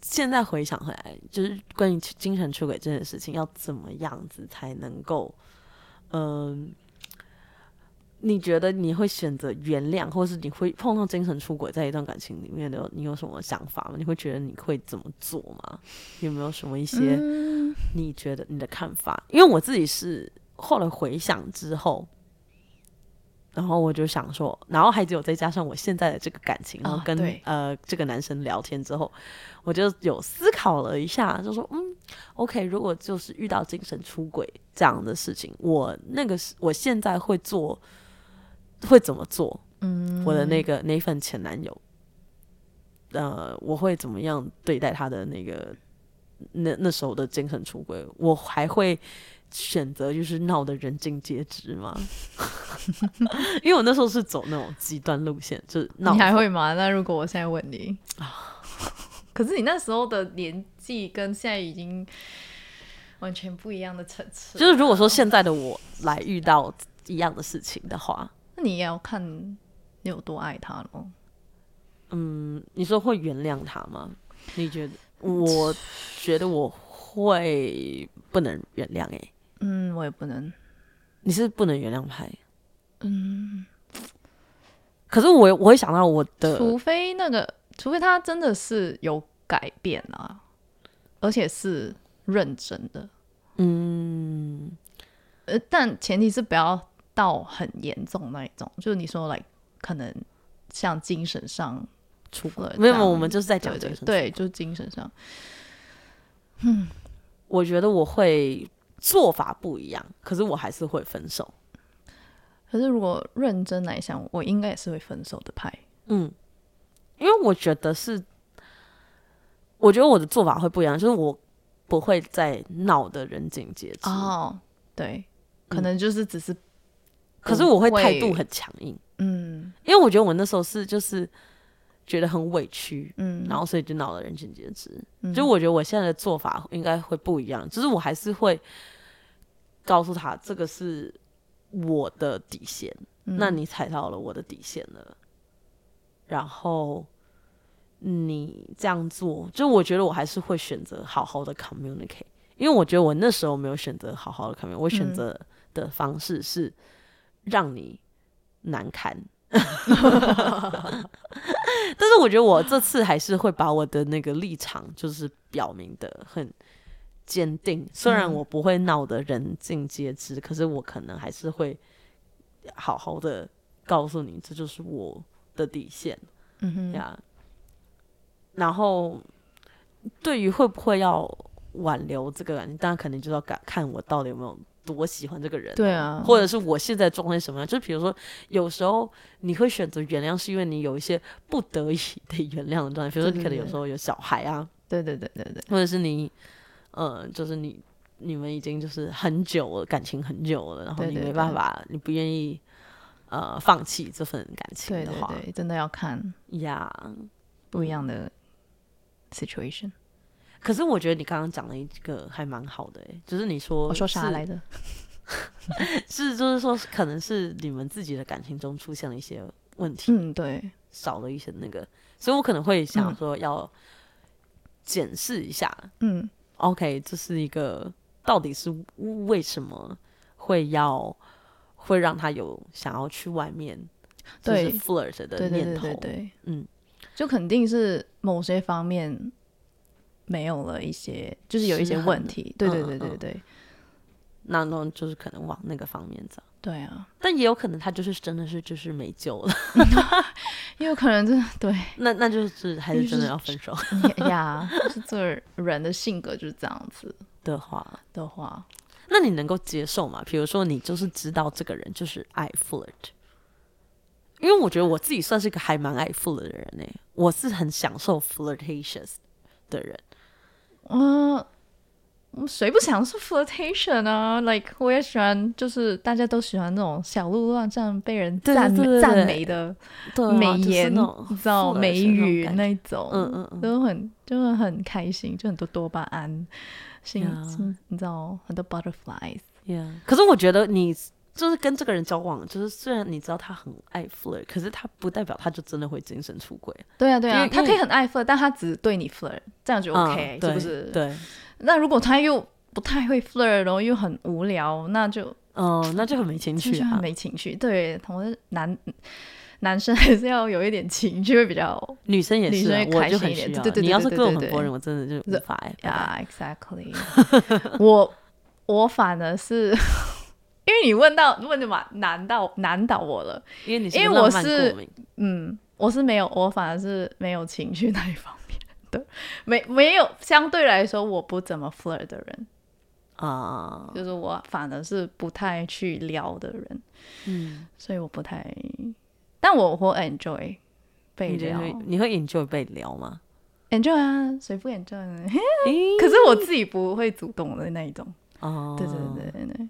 Speaker 1: 现在回想回来，就是关于精神出轨这件事情，要怎么样子才能够，嗯、你觉得你会选择原谅，或是你会碰到精神出轨在一段感情里面的，你有什么想法吗？你会觉得你会怎么做吗？有没有什么一些
Speaker 2: 嗯
Speaker 1: 你觉得你的看法？因为我自己是后来回想之后，然后我就想说，然后还只有再加上我现在的这个感情，然后
Speaker 2: 啊
Speaker 1: 跟、
Speaker 2: 对
Speaker 1: 呃这个男生聊天之后，我就有思考了一下，就说嗯，OK，如果就是遇到精神出轨这样的事情，我那个是我现在会做，会怎么做？
Speaker 2: 嗯
Speaker 1: 我的那个那份前男友，呃，我会怎么样对待他的那个那那时候的精神出轨？我还会选择就是闹得人尽皆知吗？ 因为我那时候是走那种极端路线， 就是闹
Speaker 2: 你还会吗？那如果我现在问你
Speaker 1: 啊
Speaker 2: 可是你那时候的年纪跟现在已经完全不一样的层次，
Speaker 1: 就是如果说现在的我来遇到一样的事情的话，
Speaker 2: 那你也要看你有多爱他咯。
Speaker 1: 嗯，你说会原谅他吗？你觉得？我觉得我会不能原谅欸诶、
Speaker 2: 嗯，我也不能，
Speaker 1: 你是不能原谅派。
Speaker 2: 嗯，
Speaker 1: 可是我我会想到我的
Speaker 2: 除非那个，除非他真的是有改变啊，而且是认真的，
Speaker 1: 嗯，
Speaker 2: 呃，但前提是不要到很严重那一种，就是你说来可能像精神上出了
Speaker 1: 没有，
Speaker 2: 这
Speaker 1: 没
Speaker 2: 样
Speaker 1: 有我们就是在讲
Speaker 2: 对
Speaker 1: 这
Speaker 2: 对
Speaker 1: 个。，
Speaker 2: 对，就是精神上，
Speaker 1: 我觉得我会做法不一样，可是我还是会分手。
Speaker 2: 可是如果认真来想，我应该也是会分手的派。
Speaker 1: 嗯，因为我觉得是，我觉得我的做法会不一样，就是我不会再闹得人尽皆知，
Speaker 2: 哦，对，
Speaker 1: 嗯
Speaker 2: 可能就是只是，
Speaker 1: 可是我会
Speaker 2: 不会
Speaker 1: 态度很强硬，
Speaker 2: 嗯
Speaker 1: 因为我觉得我那时候是就是觉得很委屈，
Speaker 2: 嗯，
Speaker 1: 然后所以就闹得人尽皆知。
Speaker 2: 嗯
Speaker 1: 就我觉得我现在的做法应该会不一样，就是我还是会告诉他这个是我的底线，
Speaker 2: 嗯
Speaker 1: 那你踩到了我的底线了，然后你这样做，就我觉得我还是会选择好好的 communicate，因为我觉得我那时候没有选择好好的 communicate，我
Speaker 2: 嗯
Speaker 1: 选择的方式是让你难堪。 但是我觉得我这次还是会把我的那个立场就是表明的很坚定，虽然我不会闹得人尽皆知，可是我可能还是会好好的告诉你，这就是我的底线
Speaker 2: 嗯哼，
Speaker 1: 呀。然后对于会不会要挽留这个感情，当然肯定就是要看看我到底有没有多喜欢这个人、
Speaker 2: 对啊，
Speaker 1: 或者是我现在状态什么样？就比如说，有时候你会选择原谅，是因为你有一些不得已得原谅的状态，比如说你可能有时候有小孩啊，
Speaker 2: 对对对对对，
Speaker 1: 或者是你，呃，就是你你们已经就是很久了，感情很久了，然后
Speaker 2: 对
Speaker 1: 你
Speaker 2: 对
Speaker 1: 没
Speaker 2: 对
Speaker 1: 办法，你不愿意呃放弃这份感情
Speaker 2: 对
Speaker 1: 的
Speaker 2: 对
Speaker 1: 话，
Speaker 2: 对，真的要看
Speaker 1: 呀。
Speaker 2: 不一样的 situation。
Speaker 1: 可是我觉得你刚刚讲了一个还蛮好的、欸，就是你说
Speaker 2: 我说啥
Speaker 1: 是
Speaker 2: 来着？
Speaker 1: 是就是说可能是你们自己的感情中出现了一些问题，
Speaker 2: 嗯，对，
Speaker 1: 少了一些那个，所以我可能会想说要检视一下、
Speaker 2: 嗯
Speaker 1: o k 这是一个到底是为什么会要会让他有想要去外面就
Speaker 2: 对
Speaker 1: 是 flirt 的
Speaker 2: 对对
Speaker 1: 念
Speaker 2: 对
Speaker 1: 头，
Speaker 2: 对对，
Speaker 1: 嗯，
Speaker 2: 就肯定是某些方面没有了一些，就是有一些
Speaker 1: 失衡
Speaker 2: 问题。对对
Speaker 1: 嗯
Speaker 2: 对对
Speaker 1: 嗯
Speaker 2: 对、
Speaker 1: 那那就是可能往那个方面走，
Speaker 2: 对啊，
Speaker 1: 但也有可能他就是真的是就是没救了，
Speaker 2: 也有可能真的对
Speaker 1: 那那就是还是
Speaker 2: 就是
Speaker 1: 真的要分手
Speaker 2: 呀，就是这人的性格就是这样子
Speaker 1: 的话，
Speaker 2: 的话，
Speaker 1: 那你能够接受吗？比如说你就是知道这个人就是爱 flirt，因为我觉得我自己算是个还蛮爱 flirt 的人呢、我是很享受 flirtatious 的人。
Speaker 2: 嗯、嗯谁不想是 flirtation 啊？Like 我也喜欢，就是大家都喜欢那种小鹿乱撞被人
Speaker 1: 对对
Speaker 2: 赞
Speaker 1: 对对
Speaker 2: 美赞
Speaker 1: 对
Speaker 2: 美的
Speaker 1: 对、啊，
Speaker 2: 美
Speaker 1: 就是
Speaker 2: 颜，
Speaker 1: 那种
Speaker 2: 你知道
Speaker 1: flirt
Speaker 2: 美
Speaker 1: 的那种
Speaker 2: 语
Speaker 1: 感觉
Speaker 2: 那一种，
Speaker 1: 嗯嗯嗯
Speaker 2: 都很就是很开心，就很多多巴胺，心
Speaker 1: Yeah
Speaker 2: 心你知道很多 butterflies，
Speaker 1: Yeah，可是我觉得你就是跟这个人交往，就是虽然你知道他很爱 flirt，可是他不代表他就真的会精神出轨。
Speaker 2: 对啊对
Speaker 1: 因
Speaker 2: 啊，
Speaker 1: 为
Speaker 2: 他
Speaker 1: 因为
Speaker 2: 可以很爱 flirt，但他只对你 flirt，这样就 OK，、
Speaker 1: 嗯、
Speaker 2: 是
Speaker 1: 对
Speaker 2: 不是？
Speaker 1: 对，
Speaker 2: 那如果他又不太会 flirt，然后又很无聊，那就
Speaker 1: 嗯，那就很没情
Speaker 2: 就
Speaker 1: 趣
Speaker 2: 就很
Speaker 1: 啊。
Speaker 2: 没情趣。对，同时男男生还是要有一点情趣会比较
Speaker 1: 女生也
Speaker 2: 女
Speaker 1: 是
Speaker 2: 生
Speaker 1: 啊
Speaker 2: 会，
Speaker 1: 我
Speaker 2: 开
Speaker 1: 就
Speaker 2: 心
Speaker 1: 很
Speaker 2: 一点
Speaker 1: 需要。
Speaker 2: 对对对
Speaker 1: 你要是
Speaker 2: 对
Speaker 1: 跟我
Speaker 2: 对
Speaker 1: 很
Speaker 2: 对
Speaker 1: 多人，我真的就无法哎。
Speaker 2: 呀、yeah,，exactly 。 我我反而是因为你问到问的嘛，难到难倒我了。
Speaker 1: 因为你
Speaker 2: 因
Speaker 1: 个
Speaker 2: 为我
Speaker 1: 浪漫
Speaker 2: 是
Speaker 1: 过敏
Speaker 2: 嗯，我是没有，我反而是没有情绪那一方面的，没没有相对来说我不怎么 flirt 的人，
Speaker 1: 啊，
Speaker 2: 就是我反而是不太去聊的人，
Speaker 1: 嗯，
Speaker 2: 所以我不太，但我我 enjoy 被
Speaker 1: 你觉得
Speaker 2: 聊
Speaker 1: 会你会 enjoy 被聊 吗？
Speaker 2: ，enjoy 啊，谁不 enjoy 呢？
Speaker 1: 咦
Speaker 2: 可是我自己不会主动的那一种，
Speaker 1: 哦，
Speaker 2: 对对对对
Speaker 1: 对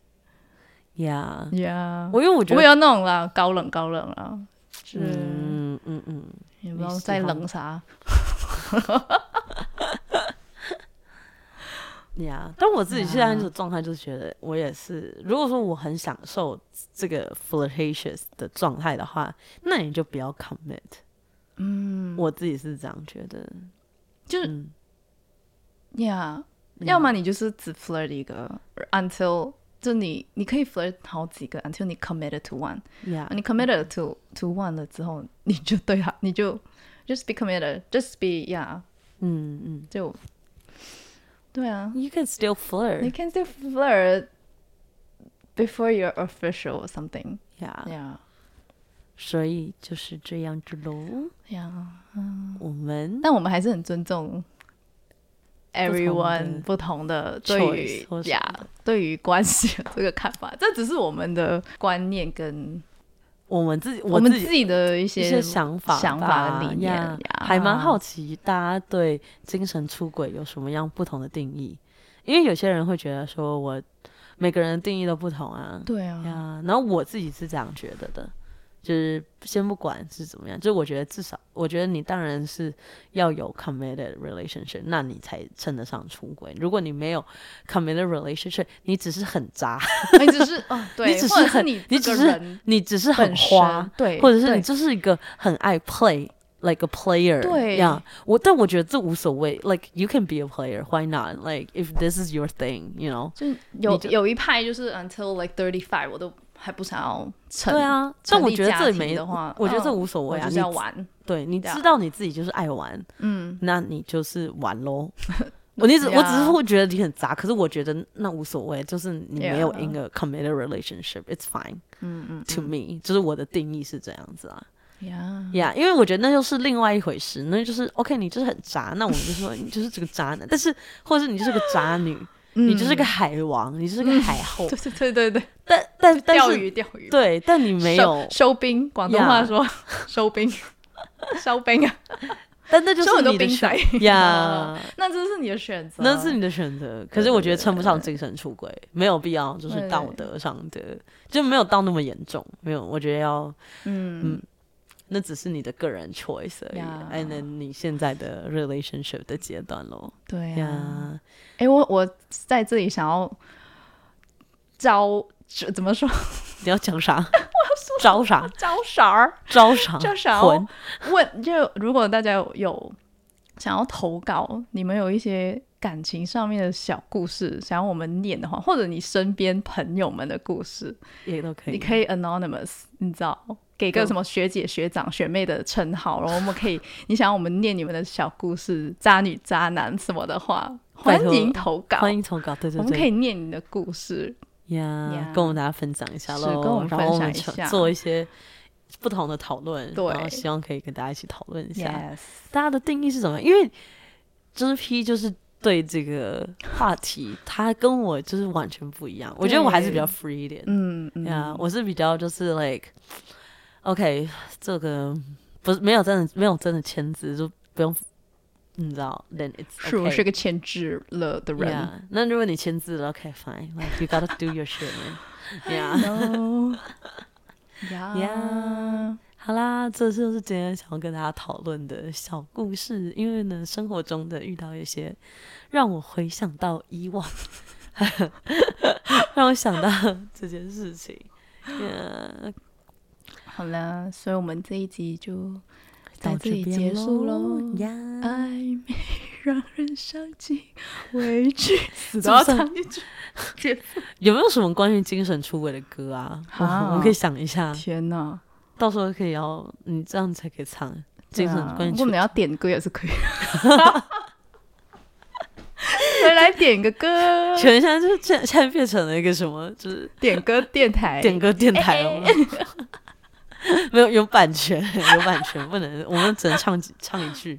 Speaker 1: ，Yeah，
Speaker 2: 对，Yeah，
Speaker 1: 我因为我觉
Speaker 2: 我
Speaker 1: 得，
Speaker 2: 要弄啦，高冷高冷啦，是、
Speaker 1: 嗯嗯嗯，
Speaker 2: 也不知道
Speaker 1: 你喜
Speaker 2: 在
Speaker 1: 欢
Speaker 2: 冷啥，
Speaker 1: 呀、但我自己现在
Speaker 2: 呀
Speaker 1: 的状态就是觉得，我也是。如果说我很享受这个 flirtatious 的状态的话，那你就不要 commit。嗯，我自己是这样觉得。
Speaker 2: 就是
Speaker 1: 嗯
Speaker 2: Yeah，要么你就是只 flirt 一个，until 就你你可以 flirt 好几个，until 你 committed to one。
Speaker 1: 呀
Speaker 2: 你 committed
Speaker 1: Mm。
Speaker 2: to to one 了之后，你就对他， 你就 just be committed，just be yeah，
Speaker 1: 嗯嗯
Speaker 2: 就对啊
Speaker 1: ，You can still flirt
Speaker 2: ，you can still flirt before you're official or something。
Speaker 1: 呀
Speaker 2: Yeah
Speaker 1: 所以就是这样子喽。
Speaker 2: 嗯 yeah，
Speaker 1: 我们
Speaker 2: 但我们还是很尊重。
Speaker 1: 同的
Speaker 2: everyone 不同的对
Speaker 1: choice
Speaker 2: 于
Speaker 1: 或什么
Speaker 2: 呀
Speaker 1: 的
Speaker 2: 对于关系的这个看法， 这只是我们的观念跟
Speaker 1: 我们自己
Speaker 2: 我们
Speaker 1: 自己
Speaker 2: 自己的一
Speaker 1: 一
Speaker 2: 些
Speaker 1: 些想法
Speaker 2: 想
Speaker 1: 吧
Speaker 2: 法理念
Speaker 1: 呀
Speaker 2: 呀嗯
Speaker 1: 还蛮好奇大家对精神出轨有什么样不同的定义？因为有些人会觉得说我每个人的定义都不同啊，
Speaker 2: 对啊，
Speaker 1: 呀，然后我自己是这样觉得的，就是先不管是怎么样，就我觉得至少，我觉得你当然是要有 committed relationship，那你才称得上出轨。如果你没有 committed relationship，你只是很渣，
Speaker 2: 你只是哦，对，
Speaker 1: 你只是
Speaker 2: 或者
Speaker 1: 很
Speaker 2: 你
Speaker 1: 你
Speaker 2: 这
Speaker 1: 只
Speaker 2: 个
Speaker 1: 是
Speaker 2: 人
Speaker 1: 你只是很
Speaker 2: 本身
Speaker 1: 花，
Speaker 2: 对，
Speaker 1: 或者是你
Speaker 2: 对
Speaker 1: 就是一个很爱 play。Like a player，
Speaker 2: 对
Speaker 1: 呀我但我觉得这无所谓。Like you can be a player, why not? Like if this is your thing, you know.
Speaker 2: 就是有
Speaker 1: 你就
Speaker 2: 有一派就是 until like thirty five，我都还不想要成，
Speaker 1: 对，啊，
Speaker 2: 成
Speaker 1: 但我
Speaker 2: 立
Speaker 1: 觉得
Speaker 2: 家
Speaker 1: 这
Speaker 2: 庭
Speaker 1: 没，
Speaker 2: 的话
Speaker 1: 我觉得这
Speaker 2: 嗯
Speaker 1: 无所
Speaker 2: 我
Speaker 1: 谓啊。
Speaker 2: 就
Speaker 1: 你
Speaker 2: 是要玩，
Speaker 1: 对，你
Speaker 2: 对啊
Speaker 1: 知道你自己就是爱玩，
Speaker 2: 嗯，啊
Speaker 1: 那你就是玩 喽。我你只我只是
Speaker 2: Yeah
Speaker 1: 会觉得你很杂，可是我觉得那无所谓，就是你没有
Speaker 2: Yeah
Speaker 1: in a committed relationship，it's fine。嗯嗯，to me，就是我的定义是这样子啊。
Speaker 2: 呀，
Speaker 1: 呀、因为我觉得那又是另外一回事，那就是 OK，你就是很渣，那我们就 说你就是这个渣男，但是或者是你就是个渣女，你就是个海王，你就是个海后，
Speaker 2: 嗯 对对对对对，
Speaker 1: 但但但
Speaker 2: 钓
Speaker 1: 是
Speaker 2: 鱼钓鱼，
Speaker 1: 对，但你没
Speaker 2: 收
Speaker 1: 有，
Speaker 2: 收兵，广东话说收兵，收兵啊，
Speaker 1: 但那就
Speaker 2: 收很
Speaker 1: 是
Speaker 2: 多
Speaker 1: 你的
Speaker 2: 兵仔
Speaker 1: 选，呀
Speaker 2: 啊。那这是你的选择，
Speaker 1: 那是你的选择，可是我觉得称不上精神出轨，没有必要，就是
Speaker 2: 对
Speaker 1: 道德上的就没有到那么严重，没有，我觉得要，
Speaker 2: 嗯
Speaker 1: 那只是你的个人 choice 而已，
Speaker 2: 呀
Speaker 1: 哎，那你现在的 relationship 的阶段咯，
Speaker 2: 对啊呀。
Speaker 1: 呀，
Speaker 2: 哎，我我在这里想要招这怎么说
Speaker 1: 你要讲啥？招啥？
Speaker 2: 招勺儿
Speaker 1: 招啥？
Speaker 2: 招勺
Speaker 1: 啊魂
Speaker 2: 儿？哦 问就如果大家有有想要投稿，你们有一些感情上面的小故事想要我们念的话，或者你身边朋友们的故事，
Speaker 1: 也都可
Speaker 2: 你
Speaker 1: 以。
Speaker 2: 可以 anonymous，你知道，给个什么学姐、学长、学妹的称号，然后我们可以，你想我们念你们的小故事、渣女、渣男什么的话，
Speaker 1: 拜
Speaker 2: 欢
Speaker 1: 托
Speaker 2: 迎投稿，
Speaker 1: 欢迎投稿，对
Speaker 2: 我
Speaker 1: 对
Speaker 2: 们可
Speaker 1: 对，
Speaker 2: 以念你的故事。
Speaker 1: 呀
Speaker 2: 呀，
Speaker 1: 跟我们大家分享一下
Speaker 2: 是
Speaker 1: 喽，
Speaker 2: 跟我们
Speaker 1: 然后我们
Speaker 2: 分享一
Speaker 1: 成
Speaker 2: 下
Speaker 1: 做一些不同的讨论，
Speaker 2: 对
Speaker 1: 然后希望可以跟大家一起讨论一下
Speaker 2: Yes，
Speaker 1: 大家的定义是什么？因为就是 P 就是对这个话题，他跟我就是完全不一样。我觉得我还是比较 free 一点，
Speaker 2: 嗯嗯，
Speaker 1: 呀、我是比较就是 like OK，这个不是没有真的没有真的签字，就不用你知道，then it's
Speaker 2: 是我
Speaker 1: okay
Speaker 2: 是个牵制了的人。
Speaker 1: Yeah，那如果你签字了，OK，fine，like、you gotta do your shit man。Yeah，
Speaker 2: No. yeah.
Speaker 1: Yeah. 好啦，这就是今天想要跟大家讨论的小故事。因为呢，生活中的遇到一些让我回想到以往， 让我想到这件事情。Yeah，
Speaker 2: 好了，所以我们这一集就
Speaker 1: 到
Speaker 2: 到这里
Speaker 1: 边
Speaker 2: 结束喽。
Speaker 1: 呀，
Speaker 2: 爱美 让人伤尽委屈，死
Speaker 1: 都要
Speaker 2: 唱一句。
Speaker 1: 有没有什么关于精神出轨的歌啊？我
Speaker 2: 啊
Speaker 1: 我们可以想一下，
Speaker 2: 天哪！
Speaker 1: 到时候可以要你这样才可以唱精神
Speaker 2: 对啊
Speaker 1: 关于
Speaker 2: 如
Speaker 1: 出
Speaker 2: 果你要点歌也是 可以。 来来点个歌，
Speaker 1: 全现在就是现在现在变成了一个什么，就是
Speaker 2: 点歌电台，
Speaker 1: 点歌电台
Speaker 2: 哎
Speaker 1: 了吗？ 没有，有版权，有版权，不能，我们只能唱几唱一句，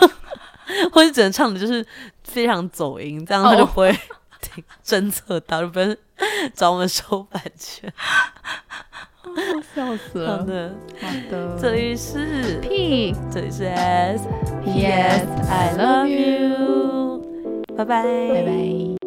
Speaker 1: 或者只能唱的就是非常走音，这样
Speaker 2: 哦
Speaker 1: 他就不会听侦测到，就不会找我们收版权。
Speaker 2: 哦笑死
Speaker 1: 好
Speaker 2: 了。
Speaker 1: 的，
Speaker 2: 好的，
Speaker 1: 这里是
Speaker 2: P
Speaker 1: 这里是 S
Speaker 2: P S I love you，
Speaker 1: you，拜拜，
Speaker 2: 拜拜。